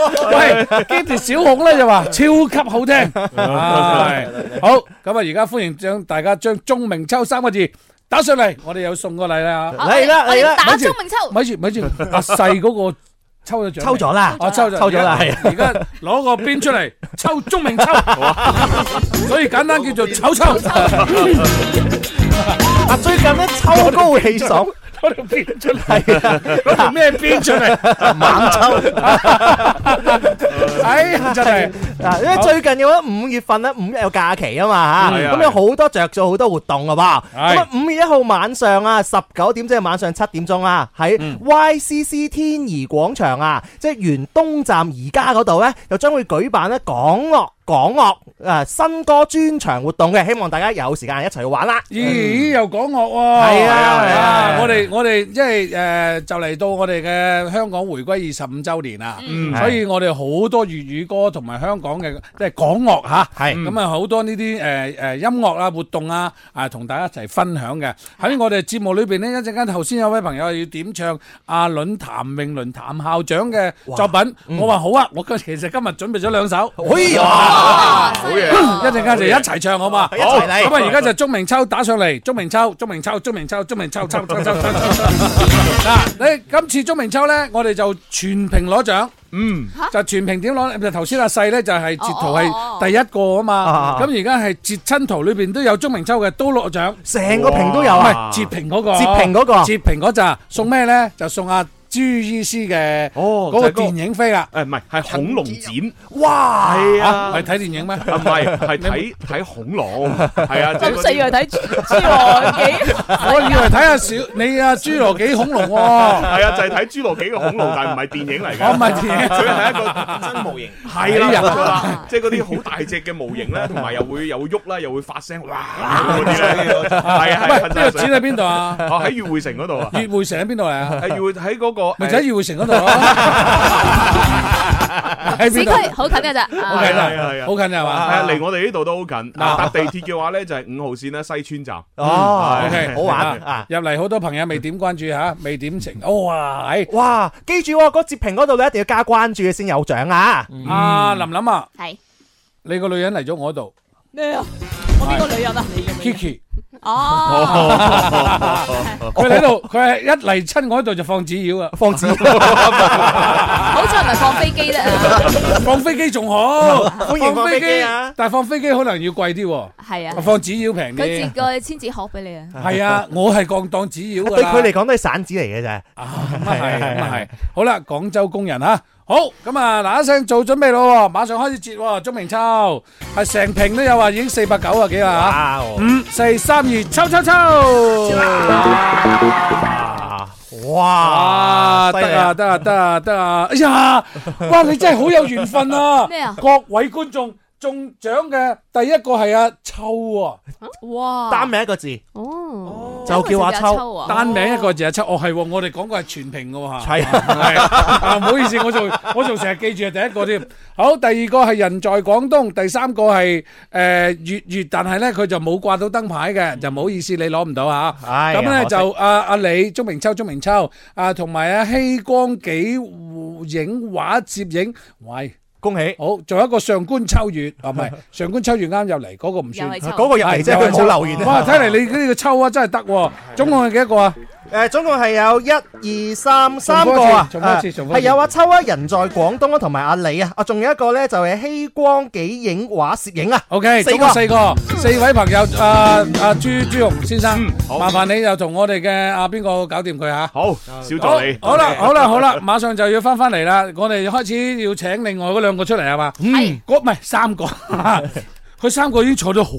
Speaker 7: 江
Speaker 5: 張 學友。喂 k i t 小紅咧就話超級好聽。係好，咁啊，而家歡迎將大家將鐘明秋三個字。打上嚟，我哋有送個禮啦！
Speaker 4: Ờ,
Speaker 11: 嚟啦嚟啦
Speaker 5: 咪住
Speaker 11: 打鐘
Speaker 7: 明秋，
Speaker 5: 咪住咪住，阿細嗰個抽咗獎未，
Speaker 11: 抽咗啦
Speaker 5: 哦抽咗，
Speaker 11: 抽咗啦
Speaker 5: 而家而家攞個邊出嚟抽鐘明 啊秋，所以簡單叫做抽 抽。
Speaker 11: 啊，最近咧秋高氣爽，
Speaker 5: 攞條邊出嚟，攞條咩邊出嚟？
Speaker 4: Ờ,
Speaker 11: 猛抽！
Speaker 5: 哎呀，真 係
Speaker 11: 嗱，啊因為最近嘅話五月份咧，五一有假期啊嘛嚇，
Speaker 5: 嗯
Speaker 11: 咁有好多着數好多活動嘅噃。
Speaker 5: 係
Speaker 11: 咁啊，五月一號晚上啊，十九點即係晚上七點鐘啦，喺
Speaker 5: 嗯
Speaker 11: YCC 天怡廣場啊，即係沿東站而家嗰度咧，又將會舉辦咧港樂。港樂誒新歌專場活動嘅，希望大家有時間一齊去玩啦。
Speaker 5: 咦，又講樂喎！
Speaker 11: 係啊係啊
Speaker 5: 我哋我哋即係誒，就嚟到我哋嘅香港回歸二十五週年啦，
Speaker 11: 嗯
Speaker 5: 所以我哋好多粵語歌同埋香港嘅即係港樂嚇，
Speaker 11: 係
Speaker 5: 咁啊好多呢啲誒誒音樂啊活動啊啊同大家一齊分享嘅。喺我哋節目裏邊呢，一陣間頭先有位朋友要點唱阿倫譚詠麟譚校長嘅作品，
Speaker 11: 嗯
Speaker 5: 我話好啊，我今其實今日準備咗兩首，
Speaker 11: 哎呀
Speaker 5: 好 嘢！一陣間就一齊唱好嘛？
Speaker 11: 一齊嚟
Speaker 5: 咁啊而家就鐘明秋打上嚟，鐘明秋，鐘明秋，鐘明秋，鐘明秋，秋秋秋秋。嗱，你今次鐘明秋咧，我哋就全屏攞獎。嗯，就全屏點攞呢？就頭先阿細咧就係截圖係第一個啊嘛，咁而家係截親圖裏邊都有鐘明秋嘅，都攞獎，
Speaker 11: 成個屏都有
Speaker 5: 唔
Speaker 11: 啊
Speaker 5: 係截屏嗰個，
Speaker 11: 截屏嗰個
Speaker 5: 截屏嗰扎送咩咧？就送阿朱醫師嘅哦嗰個
Speaker 8: 就係嗰個
Speaker 5: 電影飛啦。
Speaker 8: 誒唔係係恐龍展，
Speaker 11: 哇
Speaker 8: 係啊，
Speaker 5: 係睇電影咩？唔
Speaker 8: 係係睇睇恐 龍，係啊，即係嗰啲
Speaker 7: 咁細要睇侏羅紀，
Speaker 5: 我以為睇下小你啊侏羅紀恐龍喎，哦
Speaker 8: 係啊，就係睇侏羅紀嘅恐龍，但係唔係電影嚟嘅，
Speaker 5: 我唔係電影
Speaker 8: 佢係一個真模型，係啦，
Speaker 5: 哎呀
Speaker 8: 冇錯啦，即係嗰啲好大隻嘅模型咧，同埋又會又會喐啦，又會發聲， 哇嗰啲咧，係啊，
Speaker 5: 喂呢個展喺邊度啊？
Speaker 8: 哦，喺悅匯城嗰度啊，
Speaker 5: 月匯城喺邊度嚟啊？
Speaker 8: 係悅喺嗰個
Speaker 5: 咪就喺悅匯城嗰度咯。喺
Speaker 7: 市
Speaker 5: 邊度？啊
Speaker 7: 區好近嘅咋。
Speaker 5: 好
Speaker 7: 啊
Speaker 5: 近啊，
Speaker 8: 係啊係啊
Speaker 5: 好近係
Speaker 8: 係
Speaker 5: 嘛？
Speaker 8: 啊，離我哋呢度都好近。嗱，搭地鐵嘅話咧，就係五號線啦，西村站。
Speaker 11: 哦
Speaker 8: 係
Speaker 5: OK，
Speaker 11: 好玩
Speaker 5: 明白
Speaker 11: 啊！
Speaker 5: 入嚟好多朋友未點關注吓，未點成，哇！哎
Speaker 11: 哇，記住喎，嗰截屏嗰度你一定要加關注先有獎啊！
Speaker 5: 嗯阿林林啊，
Speaker 7: 係
Speaker 5: 你個女人嚟咗我度
Speaker 7: 咩啊？我邊個女人啊？
Speaker 5: ，Kiki，
Speaker 7: Ờ. 哦，
Speaker 5: 佢嚟度，佢係一嚟親我喺度就放紙鷂啊，
Speaker 11: 放紙
Speaker 7: 好彩唔係放飛機啫。
Speaker 5: 放飛機仲好，
Speaker 11: 歡迎放飛機啊！
Speaker 5: 但係放飛機可能要貴啲喎，
Speaker 7: 係啊，
Speaker 5: 放紙鷂平
Speaker 7: 佢
Speaker 5: 啲
Speaker 7: 截。個千紙殼俾你啊。
Speaker 5: 係 啊，我係降當紙鷂㗎
Speaker 11: 對
Speaker 5: 啦
Speaker 11: 佢嚟講都係散紙嚟嘅啫。
Speaker 5: 咁啊 係，咁啊係。好啦，廣州工人啊，好咁啊，嗱一聲做準備咯喎，馬上開始截喎，鐘明秋係成瓶都有啊，已經四百九啊幾啦嚇，五四三二，抽抽抽！
Speaker 11: 啊，好
Speaker 5: 哇！得啊，得啊，得啊，得啊！哎 呀，哇！你真係好有緣分啊！
Speaker 7: 咩啊
Speaker 5: 各位觀眾中獎嘅第一個係阿秋啊！
Speaker 7: 哇！
Speaker 11: 單名一個字，
Speaker 7: 哦，
Speaker 11: 就叫阿秋啊。
Speaker 5: 單名一個字阿秋，哦係喎，我哋講過係全屏嘅喎 嚇。
Speaker 11: 係
Speaker 5: 係啊，唔好意思，我仲我仲成日記住係第一個添。好，第二個係人在廣東，第三個係誒粵粵，但係咧佢就冇掛到燈牌
Speaker 11: 嗯
Speaker 5: 嘅，就唔好意思你攞唔到嚇。
Speaker 11: 唉
Speaker 5: 咁咧
Speaker 11: 可惜
Speaker 5: 就阿阿李、鐘明秋、鐘明秋啊，同埋阿希光幾互呃影畫攝影，喂！
Speaker 11: 恭喜！
Speaker 5: 好，仲有一個上官秋月，啊唔 係上官秋月啱入嚟，嗰個唔算，
Speaker 11: 又係秋嗰個入嚟啫
Speaker 5: 係
Speaker 11: 佢冇留言啊
Speaker 5: 哇，睇嚟你呢個秋啊真係得喎，總共係幾多個啊？
Speaker 11: 誒，總共係有一二三三個啊，
Speaker 5: 重複一次
Speaker 11: 啊
Speaker 5: 重複一次
Speaker 11: 係有阿秋啊，人在廣東啊，同埋阿李啊，啊，仲有一個咧就係希光幾影畫攝影啊。
Speaker 5: OK，總共四個，四位朋友，啊啊朱朱紅先生，麻煩你就同我哋嘅啊邊個搞掂佢嚇。
Speaker 8: 嗯好，小助理
Speaker 5: 好啦，
Speaker 8: OK
Speaker 5: 好啦，好啦，馬上就要翻翻嚟啦，我哋開始要請另外嗰兩個出嚟係嘛？
Speaker 11: 嗯，
Speaker 5: 嗰唔係三 個。佢三個已經坐咗好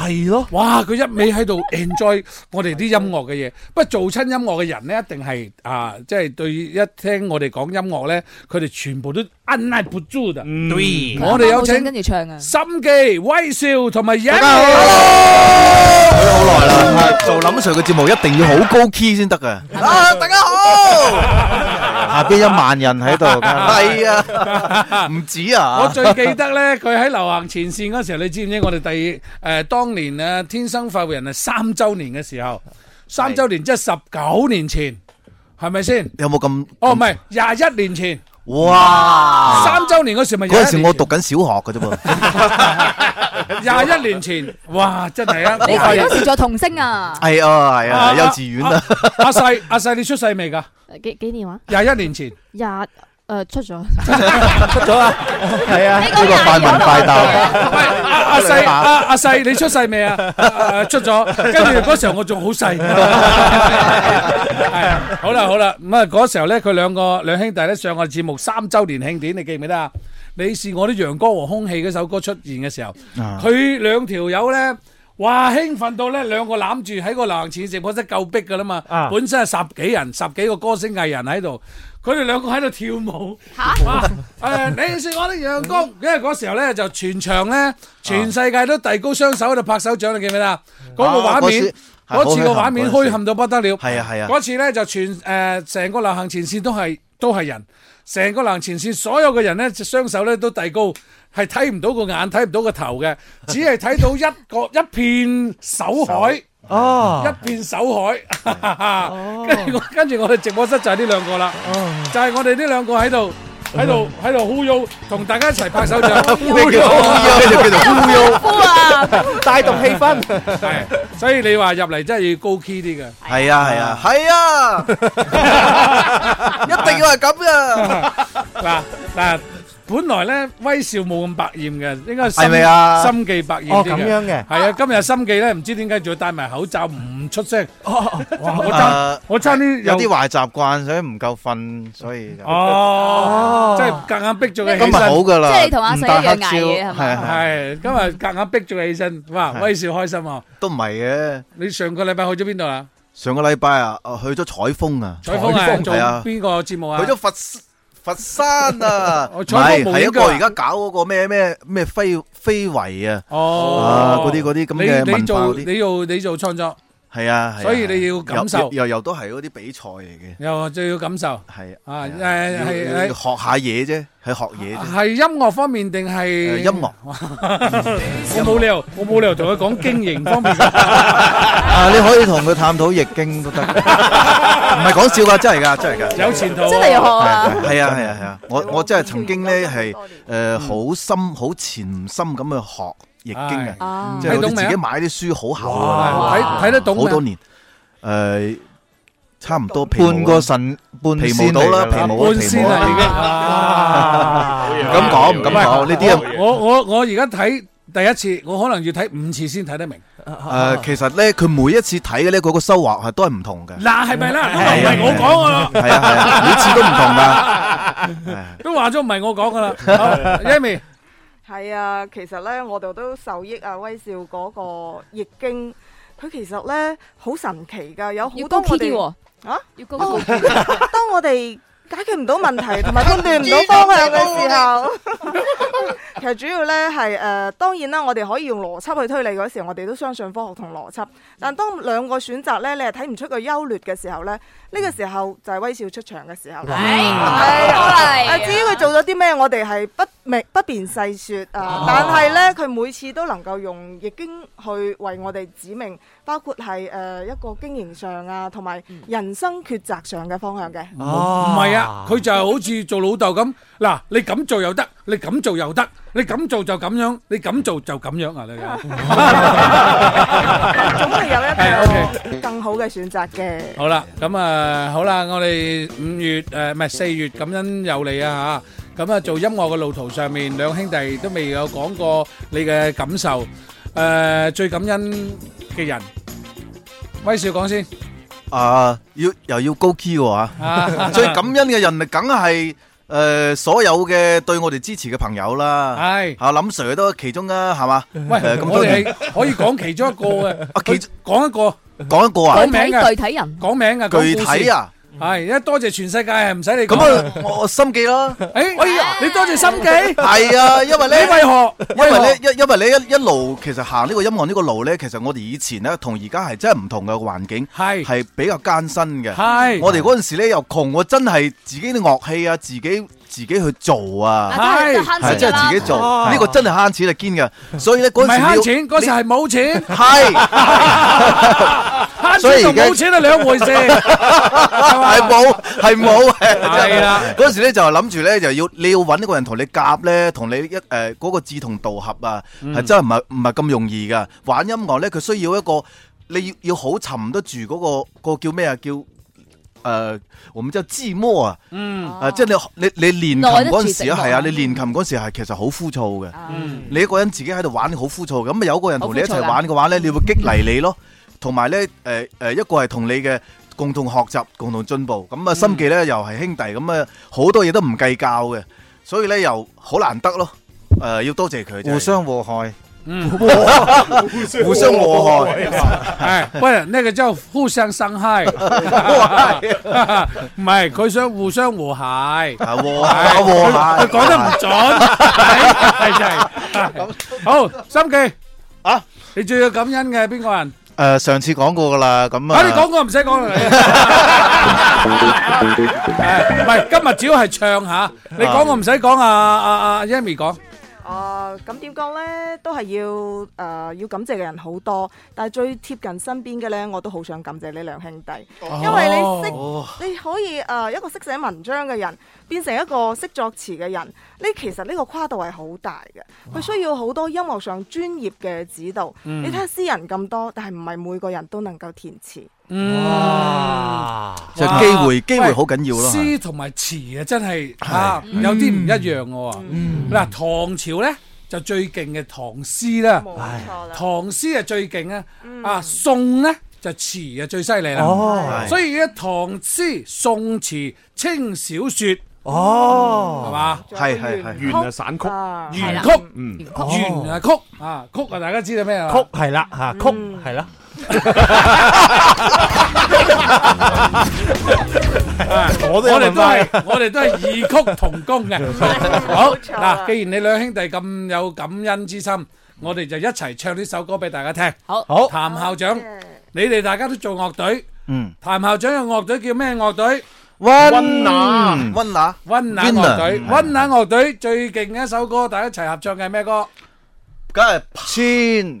Speaker 11: 耐，係咯，
Speaker 5: 哇！佢一味喺度 enjoy 我哋啲音樂嘅嘢，不過做親音樂嘅人咧，一定係啊，即係對一聽我哋講音樂咧，佢哋全部都按捺不住的。
Speaker 8: 嗯
Speaker 15: 對
Speaker 5: 我哋有請
Speaker 7: 跟住唱啊，
Speaker 5: 心機、威少同埋影。
Speaker 16: 啊做林 Sir 嘅節目一定要好高 key 先得噶。啊，大家
Speaker 5: 啊
Speaker 16: 好，下邊一萬人喺度，係啊，唔止啊，
Speaker 5: 我最記得咧，佢喺流行前線嗰時候，你知唔知我哋第誒、呃、當年啊《天生快活人》係三週年嘅時候，三週年即係十九年前，係咪先？
Speaker 16: 有冇咁？
Speaker 5: 哦，唔係廿一年前，
Speaker 16: 哇！
Speaker 5: 三週年嗰時咪
Speaker 16: 嗰陣
Speaker 5: 廿一
Speaker 16: 時
Speaker 5: 年
Speaker 16: 我讀緊小學嘅啫 噃，
Speaker 5: 廿一年前，哇！真係 啊，
Speaker 7: 你
Speaker 5: 我發現
Speaker 7: 嗰時做童星啊，
Speaker 16: 係啊係啊，
Speaker 5: 啊
Speaker 16: 幼稚園啦，
Speaker 5: 阿細阿細，你出世未㗎？
Speaker 10: 幾幾年話？
Speaker 5: 廿一年前。
Speaker 10: 廿誒出咗，
Speaker 16: 出 咗
Speaker 10: à?
Speaker 16: 啦，係啊，呢個快問快答，
Speaker 5: 阿阿細阿阿細，你出世未啊？啊出咗，跟住嗰時候我仲好細。係好啦好啦，咁啊嗰時候咧，佢兩個兩兄弟咧上我節目三週年慶典，你記唔記得啊？你是我的陽光和空氣嗰首歌出現嘅時候，
Speaker 4: À.
Speaker 16: 啊
Speaker 5: 佢兩條友咧。哇！興奮到咧，兩個攬住喺個流行前線直播室夠逼㗎啦嘛，
Speaker 11: 啊
Speaker 5: 本身係十幾人、十幾個歌星藝人喺度，佢哋兩個喺度跳舞。嚇！ 誒，你是我的陽光，因為嗰時候咧就全場咧，全世界都遞高雙手喺度拍手掌，你記唔記得啊？嗰個
Speaker 16: 啊
Speaker 5: 畫面，
Speaker 16: 嗰次
Speaker 5: 嗰次個
Speaker 16: 係好
Speaker 5: 畫面
Speaker 16: 墟
Speaker 5: 虛
Speaker 16: 冚
Speaker 5: 冚到不得了。
Speaker 16: 係啊係啊
Speaker 5: 嗰次咧就全誒成個流行前線都係都係人，成個流行前線所有嘅人咧雙手咧都遞高，係睇唔到個眼，睇唔到個頭嘅，只係睇到一個一片手海。
Speaker 11: 哦，
Speaker 4: Ờ.
Speaker 5: 一片手海， 跟住我跟住我哋直播室就係呢兩個啦，就係我哋呢兩個喺度喺度喺度忽悠，同大家一齊拍手 掌，
Speaker 11: 呼悠
Speaker 16: 呼悠叫做呼悠
Speaker 11: 帶動氣氛。
Speaker 5: 係，所以你話入嚟真係要高 key 啲嘅。
Speaker 16: 係啊 係啊係啊，一定要係咁啊噶，
Speaker 5: 嗱嗱，本來咧威少冇咁百厭嘅，應該
Speaker 16: 係咪啊
Speaker 5: 心記百厭啲
Speaker 11: 哦咁樣嘅
Speaker 5: 係啊，今日心記咧，唔知點解仲要戴埋口罩唔出聲。哇我爭
Speaker 16: 誒
Speaker 5: 我爭啲
Speaker 16: 啊有啲壞習慣，所以唔夠瞓，所以 就
Speaker 5: 哦，即係夾硬逼咗佢起身。
Speaker 16: 今日好㗎啦
Speaker 7: 即係你同阿細一樣
Speaker 16: 唔
Speaker 7: 捱夜
Speaker 16: 戴
Speaker 7: 係
Speaker 16: 黑椒係
Speaker 7: 咪？
Speaker 5: 係今日夾硬逼咗佢起身，哇！威少開心啊！
Speaker 16: 都唔係嘅。
Speaker 5: 你上個禮拜去咗邊度啊？
Speaker 16: 上個禮拜啊，啊去咗採風啊，
Speaker 5: 採風啊，做
Speaker 16: 係啊，
Speaker 5: 邊個節目啊？
Speaker 16: 去咗佛佛山啊，
Speaker 5: 我
Speaker 16: 唔
Speaker 5: 採
Speaker 16: 係
Speaker 5: 風無
Speaker 16: 係
Speaker 5: 影
Speaker 16: 一
Speaker 5: 腳
Speaker 16: 個而家搞嗰個咩咩咩非非遺啊，
Speaker 5: 哦
Speaker 16: 啊嗰啲嗰啲咁
Speaker 5: 你
Speaker 16: 嘅
Speaker 5: 你
Speaker 16: 文化
Speaker 5: 做
Speaker 16: 嗰啲，
Speaker 5: 你做你做創作，
Speaker 16: 係啊，係啊
Speaker 5: 所以你要感受
Speaker 16: 又又又都係嗰啲比賽嚟嘅，
Speaker 5: 又就要感受。
Speaker 16: 係啊，
Speaker 5: 啊，誒
Speaker 16: 要
Speaker 5: 係
Speaker 16: 要
Speaker 5: 係
Speaker 16: 要學下嘢啫，係學嘢啫，
Speaker 5: 係音樂方面定係
Speaker 16: 誒音樂
Speaker 5: 我冇理由，我冇理由同佢講經營方面嘅。
Speaker 16: 啊你可以同佢探討易經 都得，唔係講笑㗎，真係㗎，真係㗎，
Speaker 5: 有前途啊
Speaker 7: 真係要學啊
Speaker 16: 係啊係啊係啊！我我真係曾經咧係誒好深好潛心咁去學易經
Speaker 5: 啊
Speaker 16: 嘅，即係
Speaker 5: 睇
Speaker 16: 好
Speaker 5: 懂
Speaker 16: 似
Speaker 5: 未啊
Speaker 16: 自己買啲書好厚
Speaker 5: 哇
Speaker 16: 啊，
Speaker 5: 睇睇得懂未啊
Speaker 16: 好多年誒，差唔多
Speaker 15: 半個
Speaker 16: 神半皮毛
Speaker 15: 仙
Speaker 16: 到啦，
Speaker 15: 嚟㗎
Speaker 16: 皮
Speaker 15: 啦
Speaker 16: 毛
Speaker 5: 啊半仙啦已經啊
Speaker 16: 唔敢講唔敢講呢啲啊
Speaker 5: 我我我而家睇第一次，我可能要睇五次先睇得明。
Speaker 16: 誒，其實咧佢每一次睇嘅咧嗰個收穫係都係唔同嘅，
Speaker 5: 嗱係咪啦？
Speaker 16: 係啊
Speaker 5: 唔係我講噶啦，
Speaker 16: 係啊係啊，每次都唔同㗎。
Speaker 5: 都話咗唔係我講噶啦。好 Yami
Speaker 22: 係啊，其實咧，我哋都受益啊，威少嗰個易經佢其實咧好神奇㗎，有好
Speaker 7: 要
Speaker 22: 多
Speaker 7: 高
Speaker 22: 我
Speaker 7: key 啲
Speaker 22: 哋
Speaker 7: 喎
Speaker 22: 啊，
Speaker 7: 要高
Speaker 22: 哦
Speaker 7: key
Speaker 22: 當我哋解決唔到問題同埋判斷唔到方向嘅時候， 其實主要咧係誒，當然啦，我哋可以用邏輯去推理嗰時候，我哋都相信科學同邏輯。但當兩個選擇咧，你係睇唔出佢優劣嘅時候咧，呢個時候就係威少出場嘅時候啦。
Speaker 7: 哎
Speaker 22: 係啊至於佢做咗啲咩，我哋係不明不便細説啊。但係咧，佢每次都能夠用易經去為我哋指明，包括係誒一個經營上啊，同埋人生抉擇上嘅方向嘅。
Speaker 5: 唔係啊，佢就係好似做老豆咁，嗱，你咁做又得，你咁做又得，你咁做就咁樣，你咁做就咁樣啊！你
Speaker 22: 總係有
Speaker 5: 係，OK。
Speaker 22: 一個更好嘅選擇嘅。
Speaker 5: 好啦，咁啊，好啦，我哋五月誒，唔係四月感恩有你啊吓，咁啊做音樂嘅路途上面，兩兄弟都未有講過你嘅感受，誒最感恩嘅人，威少講先，
Speaker 16: 啊，要又要高 key 喎
Speaker 5: 啊
Speaker 16: 吓，最感恩嘅人咪梗係诶所有嘅對我哋支持嘅朋友啦，
Speaker 5: 係
Speaker 16: 啊林 Sir 都係其中啊，係嘛？
Speaker 5: 喂
Speaker 16: 誒，咁
Speaker 5: 我
Speaker 16: 多
Speaker 5: 哋
Speaker 16: 年
Speaker 5: 係可以講其中一個嘅，
Speaker 16: 其
Speaker 5: 講一個，
Speaker 16: 講一個啊，
Speaker 5: 講名嘅，具體人，講名啊，講
Speaker 16: 具
Speaker 5: 故事
Speaker 16: 體啊。
Speaker 5: 係，因為多謝全世界係唔使你講。
Speaker 16: 咁啊，我心機啦。
Speaker 5: 誒，哎呀，你多謝心機。
Speaker 16: 係啊，因為咧，
Speaker 5: 你為何？
Speaker 16: 因為咧，因因為咧一一路其實行呢個音樂呢個路咧，其實我哋以前咧同而家係真係唔同嘅環境，
Speaker 5: 係
Speaker 16: 係比較艱辛嘅。
Speaker 5: 係
Speaker 16: 我哋嗰陣時咧又窮，我真係自己啲樂器啊，自己自己去做啊，
Speaker 5: 嗱真係慳錢㗎啦
Speaker 16: 係真係自己做，
Speaker 5: 哦
Speaker 16: 呢個真係慳錢係堅嘅。所以咧嗰陣
Speaker 5: 嗯唔
Speaker 16: 時
Speaker 5: 係慳
Speaker 16: 你要
Speaker 5: 錢嗰時係冇錢
Speaker 16: 係
Speaker 5: 慳
Speaker 16: 所
Speaker 5: 錢
Speaker 16: 以
Speaker 5: 同
Speaker 16: 而家
Speaker 5: 冇錢係兩回事。
Speaker 16: 係冇，係冇，
Speaker 5: 係啦。
Speaker 16: 嗰時咧就諗住咧就要你要揾一個人同你夾咧，同你一誒嗰個志同道合啊，係真係唔係唔係咁容易噶。玩音樂咧，佢需要一個你要要好沉得住嗰個個叫咩啊？叫誒，我們叫寂寞啊。
Speaker 5: 嗯
Speaker 16: 啊，即係你你你練琴嗰陣時啊，係啊，你練琴嗰陣時係其實好枯燥嘅。你一個人自己喺度玩好枯燥嘅，咁啊有個人同你一齊玩嘅話咧，你會激勵你咯。同埋咧，誒、誒一個係同你嘅共同學習、共同進步，咁啊心記咧又係兄弟，咁啊好多嘢都唔計較嘅，所以咧又好難得咯。誒、要多謝佢，
Speaker 5: 互
Speaker 16: 相禍害，
Speaker 5: 嗯，
Speaker 16: 互相禍害，
Speaker 5: 哎，不是那個叫互相傷害，唔係佢想互相和諧，
Speaker 16: 和
Speaker 5: 和佢講得唔準，係係真係。好，心記
Speaker 16: 啊，
Speaker 5: 你最要感恩嘅邊個人？
Speaker 16: 誒、上次講過噶啦，咁
Speaker 5: 啊，你講過唔使講啦，你唔係今日主要係唱下，你講我唔使講啊啊啊 Yami 講。
Speaker 22: 啊，咁點講呢？都係要誒、呃要感謝嘅人好多，但係最貼近身邊嘅呢，我都好想感謝呢兩兄弟，因為你識、
Speaker 16: 哦
Speaker 22: 你可以誒、呃一個識寫文章嘅人變成一個識作詞嘅人，呢其實呢個跨度係好大嘅，佢需要好多音樂上專業嘅指導。
Speaker 5: 嗯
Speaker 22: 你睇下詩人咁多，但係唔係每個人都能夠填詞。
Speaker 5: 嗯哇！
Speaker 16: 就係機會
Speaker 5: 喂
Speaker 16: 機會好緊要咯
Speaker 5: 詩同埋詞啊，真係啊，
Speaker 11: 嗯
Speaker 5: 有啲唔一樣嘅喎。嗱，唐朝咧就最勁嘅唐詩啦，唐詩啊最勁啊，
Speaker 11: 嗯
Speaker 5: 啊宋咧就詞啊最犀利
Speaker 11: 哦
Speaker 5: 啦。
Speaker 11: 係
Speaker 5: 所以咧唐詩、宋詞、清小説。
Speaker 11: 哦
Speaker 5: 係嘛？
Speaker 11: 係係係
Speaker 5: 元
Speaker 11: 元
Speaker 5: 啊
Speaker 11: 啊
Speaker 5: 散
Speaker 11: 散
Speaker 5: 曲元曲
Speaker 11: 曲，係啦，
Speaker 5: 嗯，
Speaker 11: 哦
Speaker 5: 元啊曲啊曲啊，大家知道咩啊？曲
Speaker 11: 係啦嚇，
Speaker 5: Ừ.
Speaker 11: 曲係啦。
Speaker 5: 我
Speaker 11: 都有
Speaker 5: 哋
Speaker 11: 問
Speaker 5: 都係
Speaker 11: 返
Speaker 5: 我哋都係異曲同工嘅。好嗱，既然你兩兄弟咁有感恩之心，我哋就一齊唱呢首歌俾大家聽。
Speaker 7: 好，
Speaker 5: 好，譚校長，你哋大家都做樂隊，
Speaker 4: Ừ.
Speaker 16: 嗯，
Speaker 5: 譚校長嘅樂隊叫咩樂隊？
Speaker 16: 温拿温拿
Speaker 5: 温拿
Speaker 16: Winner
Speaker 5: 樂隊，
Speaker 16: 係
Speaker 5: 温拿樂隊最勁嘅一首歌，大家一齊合唱嘅係咩歌？
Speaker 16: 梗係
Speaker 4: à?
Speaker 16: 千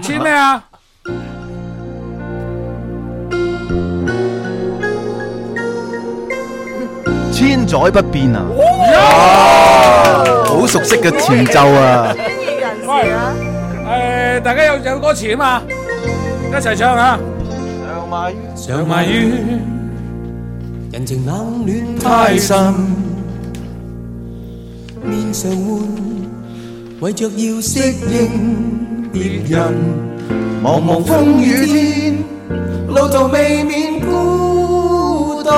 Speaker 5: 簽咩啊？
Speaker 16: 千載不變啊！好熟悉嘅前奏啊！
Speaker 5: 誒，大家有有歌詞啊嘛，一齊唱啊！
Speaker 6: 常埋怨人情冷暖太深，面上換為着要適應別人，茫茫風雨天，路途未免孤獨，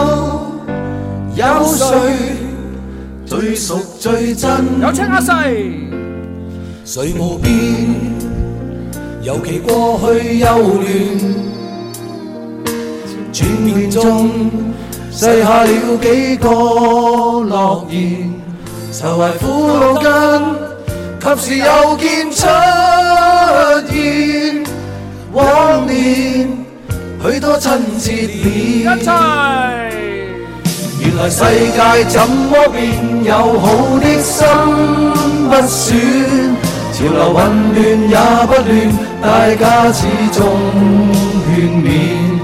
Speaker 6: 有誰最熟最真？
Speaker 5: 有青阿細，
Speaker 6: 誰無變？
Speaker 4: 尤其過去幼嫩，轉變中細下了幾個諾言，愁懷苦惱間，及時又見出現往年許多親切面。原來世界怎麼變，有好的心不選。潮流混亂也不亂，大家始終勸勉。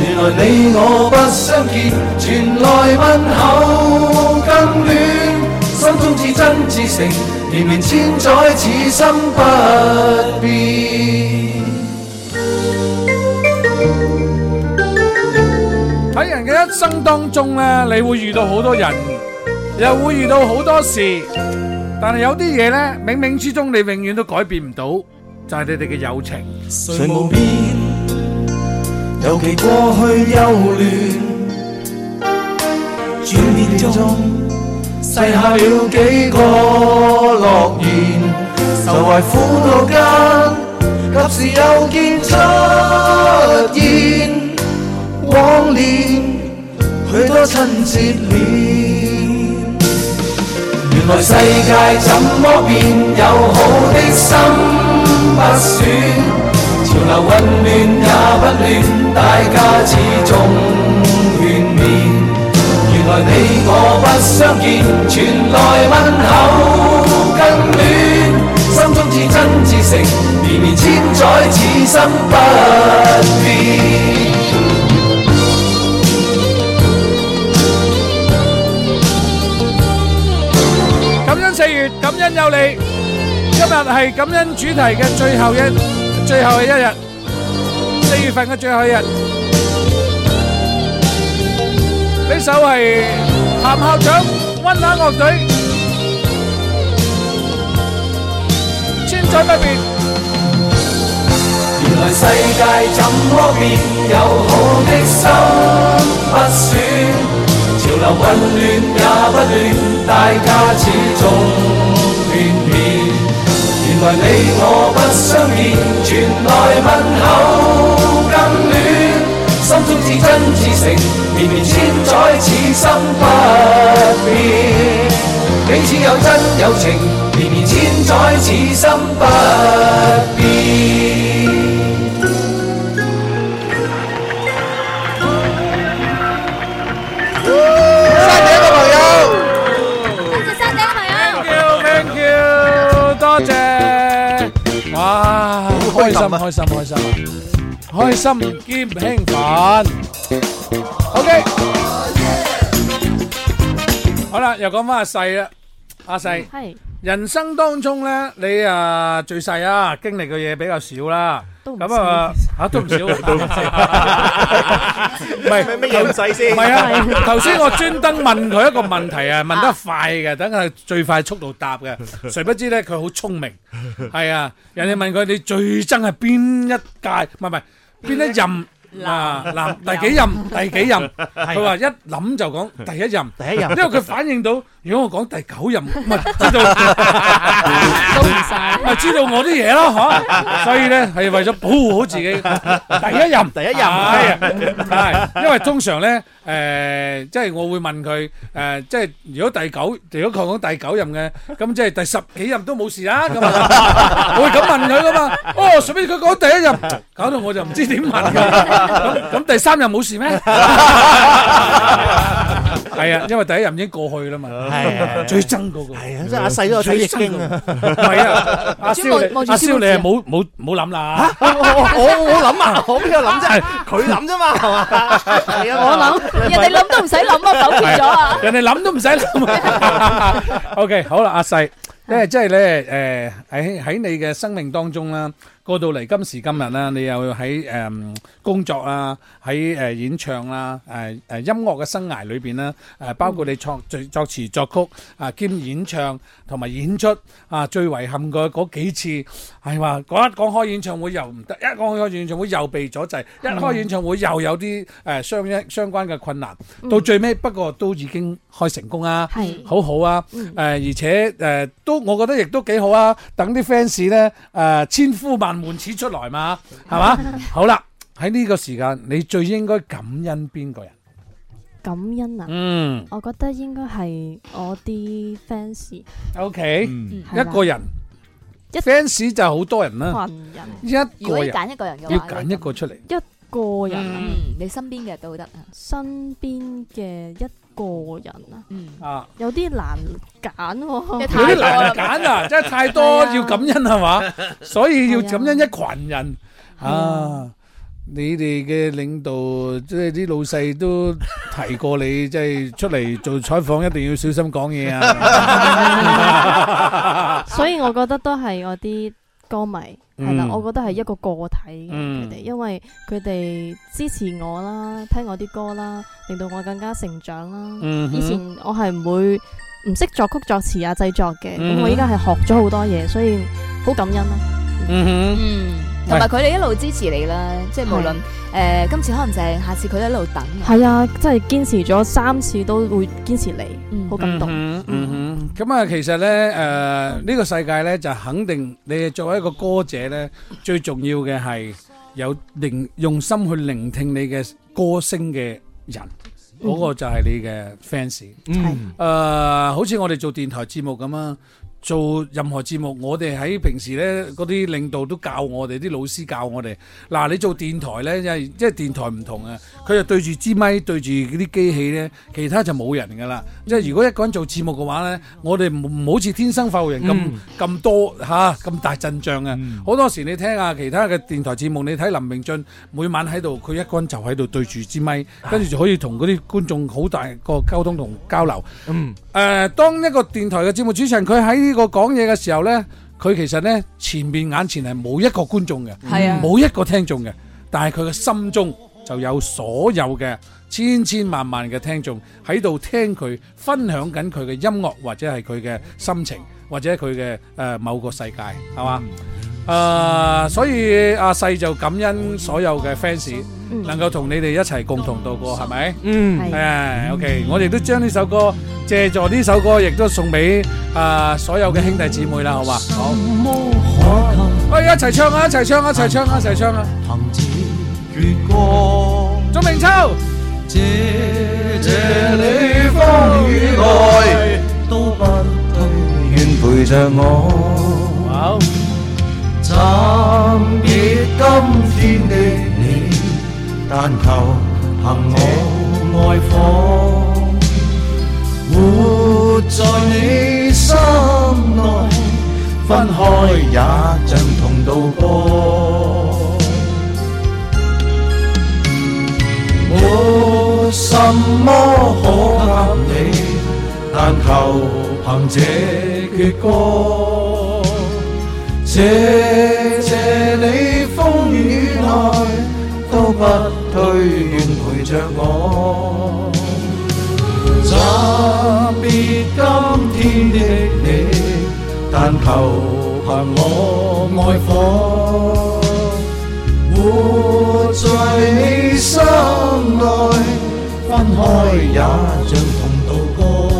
Speaker 4: 原來你我不相見，傳來問候更暖，心中至真至誠，年年千載此心不變。
Speaker 5: 喺人嘅一生當中呢，你會遇到好多人，又會遇到好多事，但係有啲嘢呢，冥冥之中你永遠都改變唔到，就係、你哋嘅友情。
Speaker 4: 誰無變，尤其過去幼嫩，轉變中細下了幾個諾言，愁懷苦惱間，及時又見出現往年許多親切面。原來世界怎麼變，有好的心不選，潮流混亂也不亂，大家始終勸勉。原來你我不相見，傳來問候更暖，心中至真至誠，年年千載此心不變。
Speaker 5: 感恩四月，感恩有你。今日係感恩主題嘅最後一最後嘅一日，四月份嘅最後一日。呢首係譚校長温拿樂隊，千載不變。
Speaker 4: 原來世界怎麼變，有好的心不選，潮流混亂也不亂，大家始終勸勉。原來你我不相見，傳來問候更暖，心中至真至誠，年年千載此心不變。彼此有真有情，年年千載此心不變。
Speaker 5: Thank you，多謝。哇，開心開心開心啊！開心兼興奮。OK，好啦，又講翻阿細啦，阿細，
Speaker 10: 係
Speaker 5: 人生當中咧，你啊最細啊，經歷嘅嘢比較少啦。
Speaker 10: 都唔
Speaker 5: 咁啊，嚇都唔 少，都唔 唔係
Speaker 11: 咩嘢唔使
Speaker 5: 唔
Speaker 11: 先
Speaker 5: 係啊！ 頭先我專登問佢一個問題啊，問得快嘅，等佢最快速度答 嘅。誰不知咧，佢好聰明，係啊！人哋問佢你最憎係邊一屆？唔係唔係邊一任？啊！嗱，第幾任？第幾任？佢話一諗就講第一任，第
Speaker 11: 啊一任
Speaker 5: 因為佢反映到，如果我講第九任，咪知道都唔晒，咪知道我啲嘢咯，嗬。所以咧係為咗保護好自己，第一任，
Speaker 11: 第一任
Speaker 5: 係係，因為通常咧，誒，即係我會問佢，誒，即係如果第九，如果佢講第九任嘅，咁即係第十幾任都冇事啦，咁 啊，我會咁問佢噶嘛。哦，隨便佢講第一任，搞到我就唔知點問㗎。咁咁第三任冇事 咩？係啊，因為第一任已經過去啦嘛。
Speaker 11: 係啊
Speaker 5: 最憎嗰個。
Speaker 11: 係啊，即係阿細都有睇易經啊，
Speaker 5: 唔係啊，阿蕭你阿蕭你係冇冇冇諗 啦。
Speaker 11: 我我我我諗啊，我邊有諗啫？佢諗啫嘛，係嘛？係啊，
Speaker 7: 我諗人哋諗都唔使諗啊，否決咗啊！
Speaker 5: 人哋諗都唔使諗。OK，好啦，阿細，因為即係咧，誒喺喺你嘅生命當中啦，過到嚟今時今日啦，你又喺誒工作啊，喺誒演唱啦，誒誒音樂嘅生涯裏邊啦，誒包括你作作作詞作曲啊兼演唱同埋演出啊，最遺憾嘅嗰幾次係話講一講開演唱會又唔得，一講開演唱會又被阻滯，一開演唱會又有啲誒相一相關嘅困難，到最尾不過都已經開成功啊，好好啊，誒而且誒都我覺得亦都幾好啊，等啲 fans 咧誒千呼萬門始出來嘛，係 嘛？好啦，喺呢個時間，你最應該感恩邊個人？
Speaker 10: 感恩啊！
Speaker 5: 嗯
Speaker 10: 我覺得應該係我啲 fans
Speaker 5: ？OK，
Speaker 10: 係
Speaker 5: 一
Speaker 10: 啦
Speaker 5: 個人，fans 就好多人啦，
Speaker 10: 群人，
Speaker 5: 一
Speaker 7: 如
Speaker 5: 個
Speaker 7: 果
Speaker 5: 人
Speaker 7: 要揀一個人嘅話
Speaker 5: 要揀一個出嚟。
Speaker 10: 一個人啊，
Speaker 7: 嗯，你身邊嘅都得啊。
Speaker 10: 身邊嘅一個人啊，
Speaker 7: 嗯
Speaker 5: 啊，
Speaker 10: 有啲難揀喎，
Speaker 5: 有啲難揀 啊，真係太多要感恩係嘛，所以要感恩一群人啊。你哋嘅領導即係啲老細都提過你，即係出嚟做採訪一定要小心講嘢 啊。
Speaker 10: 所以我覺得都係我啲歌迷係啦
Speaker 5: 嗯，
Speaker 10: 我覺得係一個個體嘅
Speaker 5: 嗯
Speaker 10: 佢哋，因為佢哋支持我啦，聽我啲歌啦，令到我更加成長啦。
Speaker 5: 嗯哼
Speaker 10: 以前我係唔會唔識作曲作詞啊製作嘅，
Speaker 7: 嗯
Speaker 10: 咁我依家係學咗好多嘢，所以好感恩啊啦。
Speaker 5: 嗯
Speaker 7: 哼，同埋佢哋一路支持你啦，即係無論誒今次可能就係下次佢都一路等你。
Speaker 10: 係啊，真係堅持咗三次都會堅持你，好感動。
Speaker 5: 嗯嗯哼，咁啊，其實咧，誒、呢個世界咧就肯定你作為一個歌者咧，最重要嘅係有聆用心去聆聽你嘅歌聲嘅人，嗰、個就係你嘅 fans。
Speaker 12: 嗯
Speaker 5: 誒、好似我哋做電台節目咁啊，做任何節目，我哋喺平時呢嗰啲領導都教我哋，啲老師教我哋。嗱，你做電台呢，因為即係電台唔同啊，佢就對住支咪，對住嗰啲機器呢，其他就冇人噶啦。即係如果一個人做節目嘅話呢，我哋唔唔好似天生發育人咁咁、多吓咁、大陣仗啊！好、多時你聽下其他嘅電台節目，你睇林明俊每晚喺度，佢一個人就喺度對住支咪，跟住就可以同嗰啲觀眾好大個溝通同交流。
Speaker 12: 嗯，
Speaker 5: 誒、當一個電台嘅節目主持人，佢喺呢個講嘢嘅時候呢，佢其實呢前面眼前係冇一個觀眾嘅，
Speaker 12: 係啊
Speaker 5: 冇一個聽眾嘅，但係佢嘅心中就有所有嘅千千萬萬嘅聽眾喺度聽佢分享緊佢嘅音樂，或者係佢嘅心情，或者佢嘅誒某個世界，係嘛？誒、所以阿細就感恩所有嘅 fans 能夠同你哋一齊共同度過，係咪？
Speaker 12: 嗯
Speaker 5: 係啊，OK，我 À, 哋都將呢首歌借助呢首歌，亦都送俾啊所有嘅兄弟姊妹啦，好嘛？好，喂，一齊唱啊，一齊唱啊，一齊唱啊，一齊唱啊！鍾明秋，
Speaker 4: 愿陪着我。
Speaker 6: 好。
Speaker 4: 暂别今天的你，但求凭我爱火，活在你心内，分开也像同渡过。冇什么可靠你，但求凭这阙歌，谢谢你风雨内都不退愿陪着我。暂别今天的你，但求凭我爱火。活在你心内，分开也像同渡过。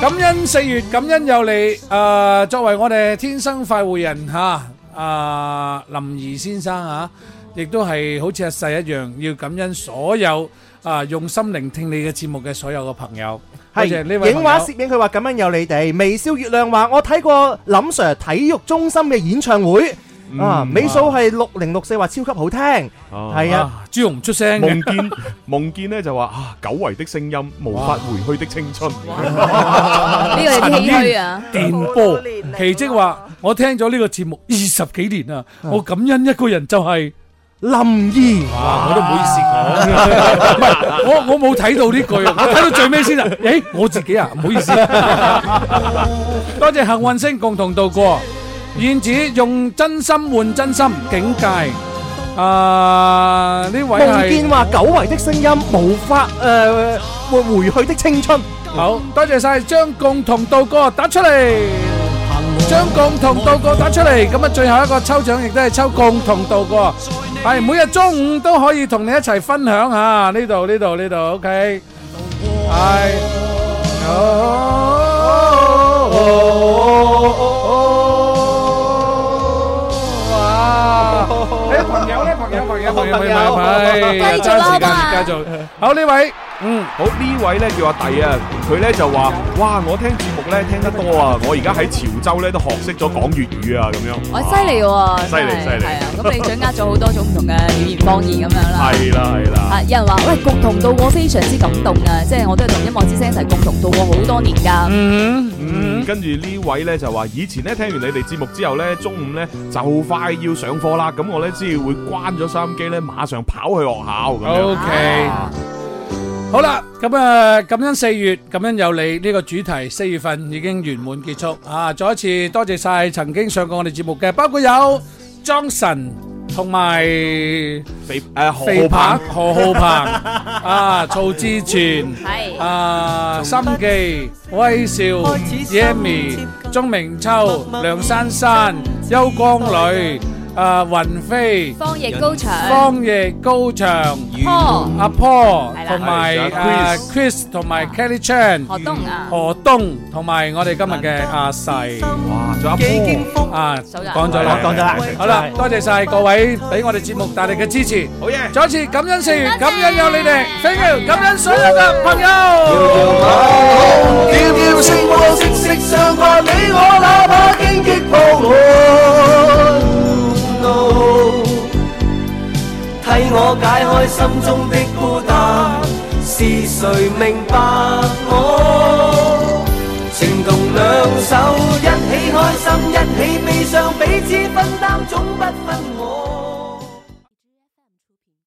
Speaker 5: 感恩四月，感恩有你。誒、作為我哋天生快活人嚇，À, 啊林兒先生嚇、啊亦都係好似阿細一樣，要感恩所有啊用心聆聽你嘅節目嘅所有嘅朋友。多謝呢位
Speaker 11: 影
Speaker 5: 朋
Speaker 11: 畫
Speaker 5: 友
Speaker 11: 攝影，佢話感恩有你哋。微笑月亮話：我睇過林 Sir 體育中心嘅演唱會。啊！
Speaker 5: 嗯
Speaker 11: 尾數係六零六四，話超級好聽，係啊！
Speaker 5: 朱紅唔出聲
Speaker 8: 夢
Speaker 11: 嘅
Speaker 8: 見 夢見咧就話啊，久違的聲音，無法回去的青春。
Speaker 7: 呢 個有啲唏噓啊！
Speaker 5: 電波奇蹟話：我聽咗呢個節目二十幾年啦，我感恩一個人就係
Speaker 11: 林怡。
Speaker 5: 哇！我都唔好意思講， 唔係我我冇睇到呢句，我睇到最尾先 啊！誒，我自己啊，唔好意思。多謝幸運星共同度過，燕子用真心換真心，境界啊！呢位係
Speaker 11: 夢見話久違的聲音，無法誒回回去的青春。
Speaker 5: 好，多謝晒將共同度過打出嚟，將共同度過打出嚟。咁啊，最後一個抽獎亦都係抽共同度過，係每日中午都可以同你一齊分享下呢度呢度呢度，OK，係。好。
Speaker 8: 哎呀，
Speaker 7: 繼續啦
Speaker 8: 爭時間，
Speaker 7: 好嘛？
Speaker 5: 好，呢位。
Speaker 8: 好，呢位呢叫阿弟啊，佢呢就話，哇，我聽節目呢聽得多啊，我而家喺潮州呢都學識咗講粵語啊，咁樣。
Speaker 7: 我犀利喎，
Speaker 8: 犀利，
Speaker 7: 真係
Speaker 8: 犀利。
Speaker 7: 係啊！咁你掌握咗好多種唔同嘅語言方言咁樣啦。
Speaker 8: 係啦，係啦。
Speaker 7: 啊！有人話喂，共同度過非常之感動啊！即係我都係同音樂之聲一齊共同度過好多年㗎。
Speaker 8: 嗯，跟住呢位呢就話，以前呢聽完你哋節目之後呢，中午呢就快要上課啦，咁我呢先會關咗收音機呢，馬上跑去學校咁樣。啊
Speaker 5: OK 好啦，咁啊，感恩四月，感恩有你呢個主題，四月份已經圓滿結束啊！再一次多謝晒曾經上過我哋節目嘅，包括有 Johnson 同埋
Speaker 8: 肥诶何
Speaker 5: 肥
Speaker 8: 浩鵬
Speaker 5: 鹏、何浩鵬 啊、曹志全、啊、心記、威少、Yami、鐘明秋、梁珊珊、邱光磊、啊雲飛、
Speaker 7: 方亦高牆
Speaker 5: 方亦高牆。
Speaker 7: Paul
Speaker 5: 阿 Paul
Speaker 7: 係啦
Speaker 5: 同埋
Speaker 7: 係啦
Speaker 5: 啊 Chris 同埋 Kelly Chan
Speaker 7: 何東啊
Speaker 8: 哦
Speaker 5: 何東同埋我哋今日嘅阿細，哇，
Speaker 8: 仲有阿 Paul
Speaker 5: 啊，
Speaker 8: 人
Speaker 5: 講咗啦，
Speaker 8: 講咗啦
Speaker 5: 好啦，多謝晒各位俾我哋節目大力嘅支持，好嘢，再一次感恩四月，感恩有你哋，thank you，感恩所有嘅朋友。
Speaker 4: 要要聲和息息相關，你我哪怕荊棘破滿路，替我解開心中的孤單。是誰明白我？情同兩手，一起開心，一起悲傷，彼此分擔，總不分我。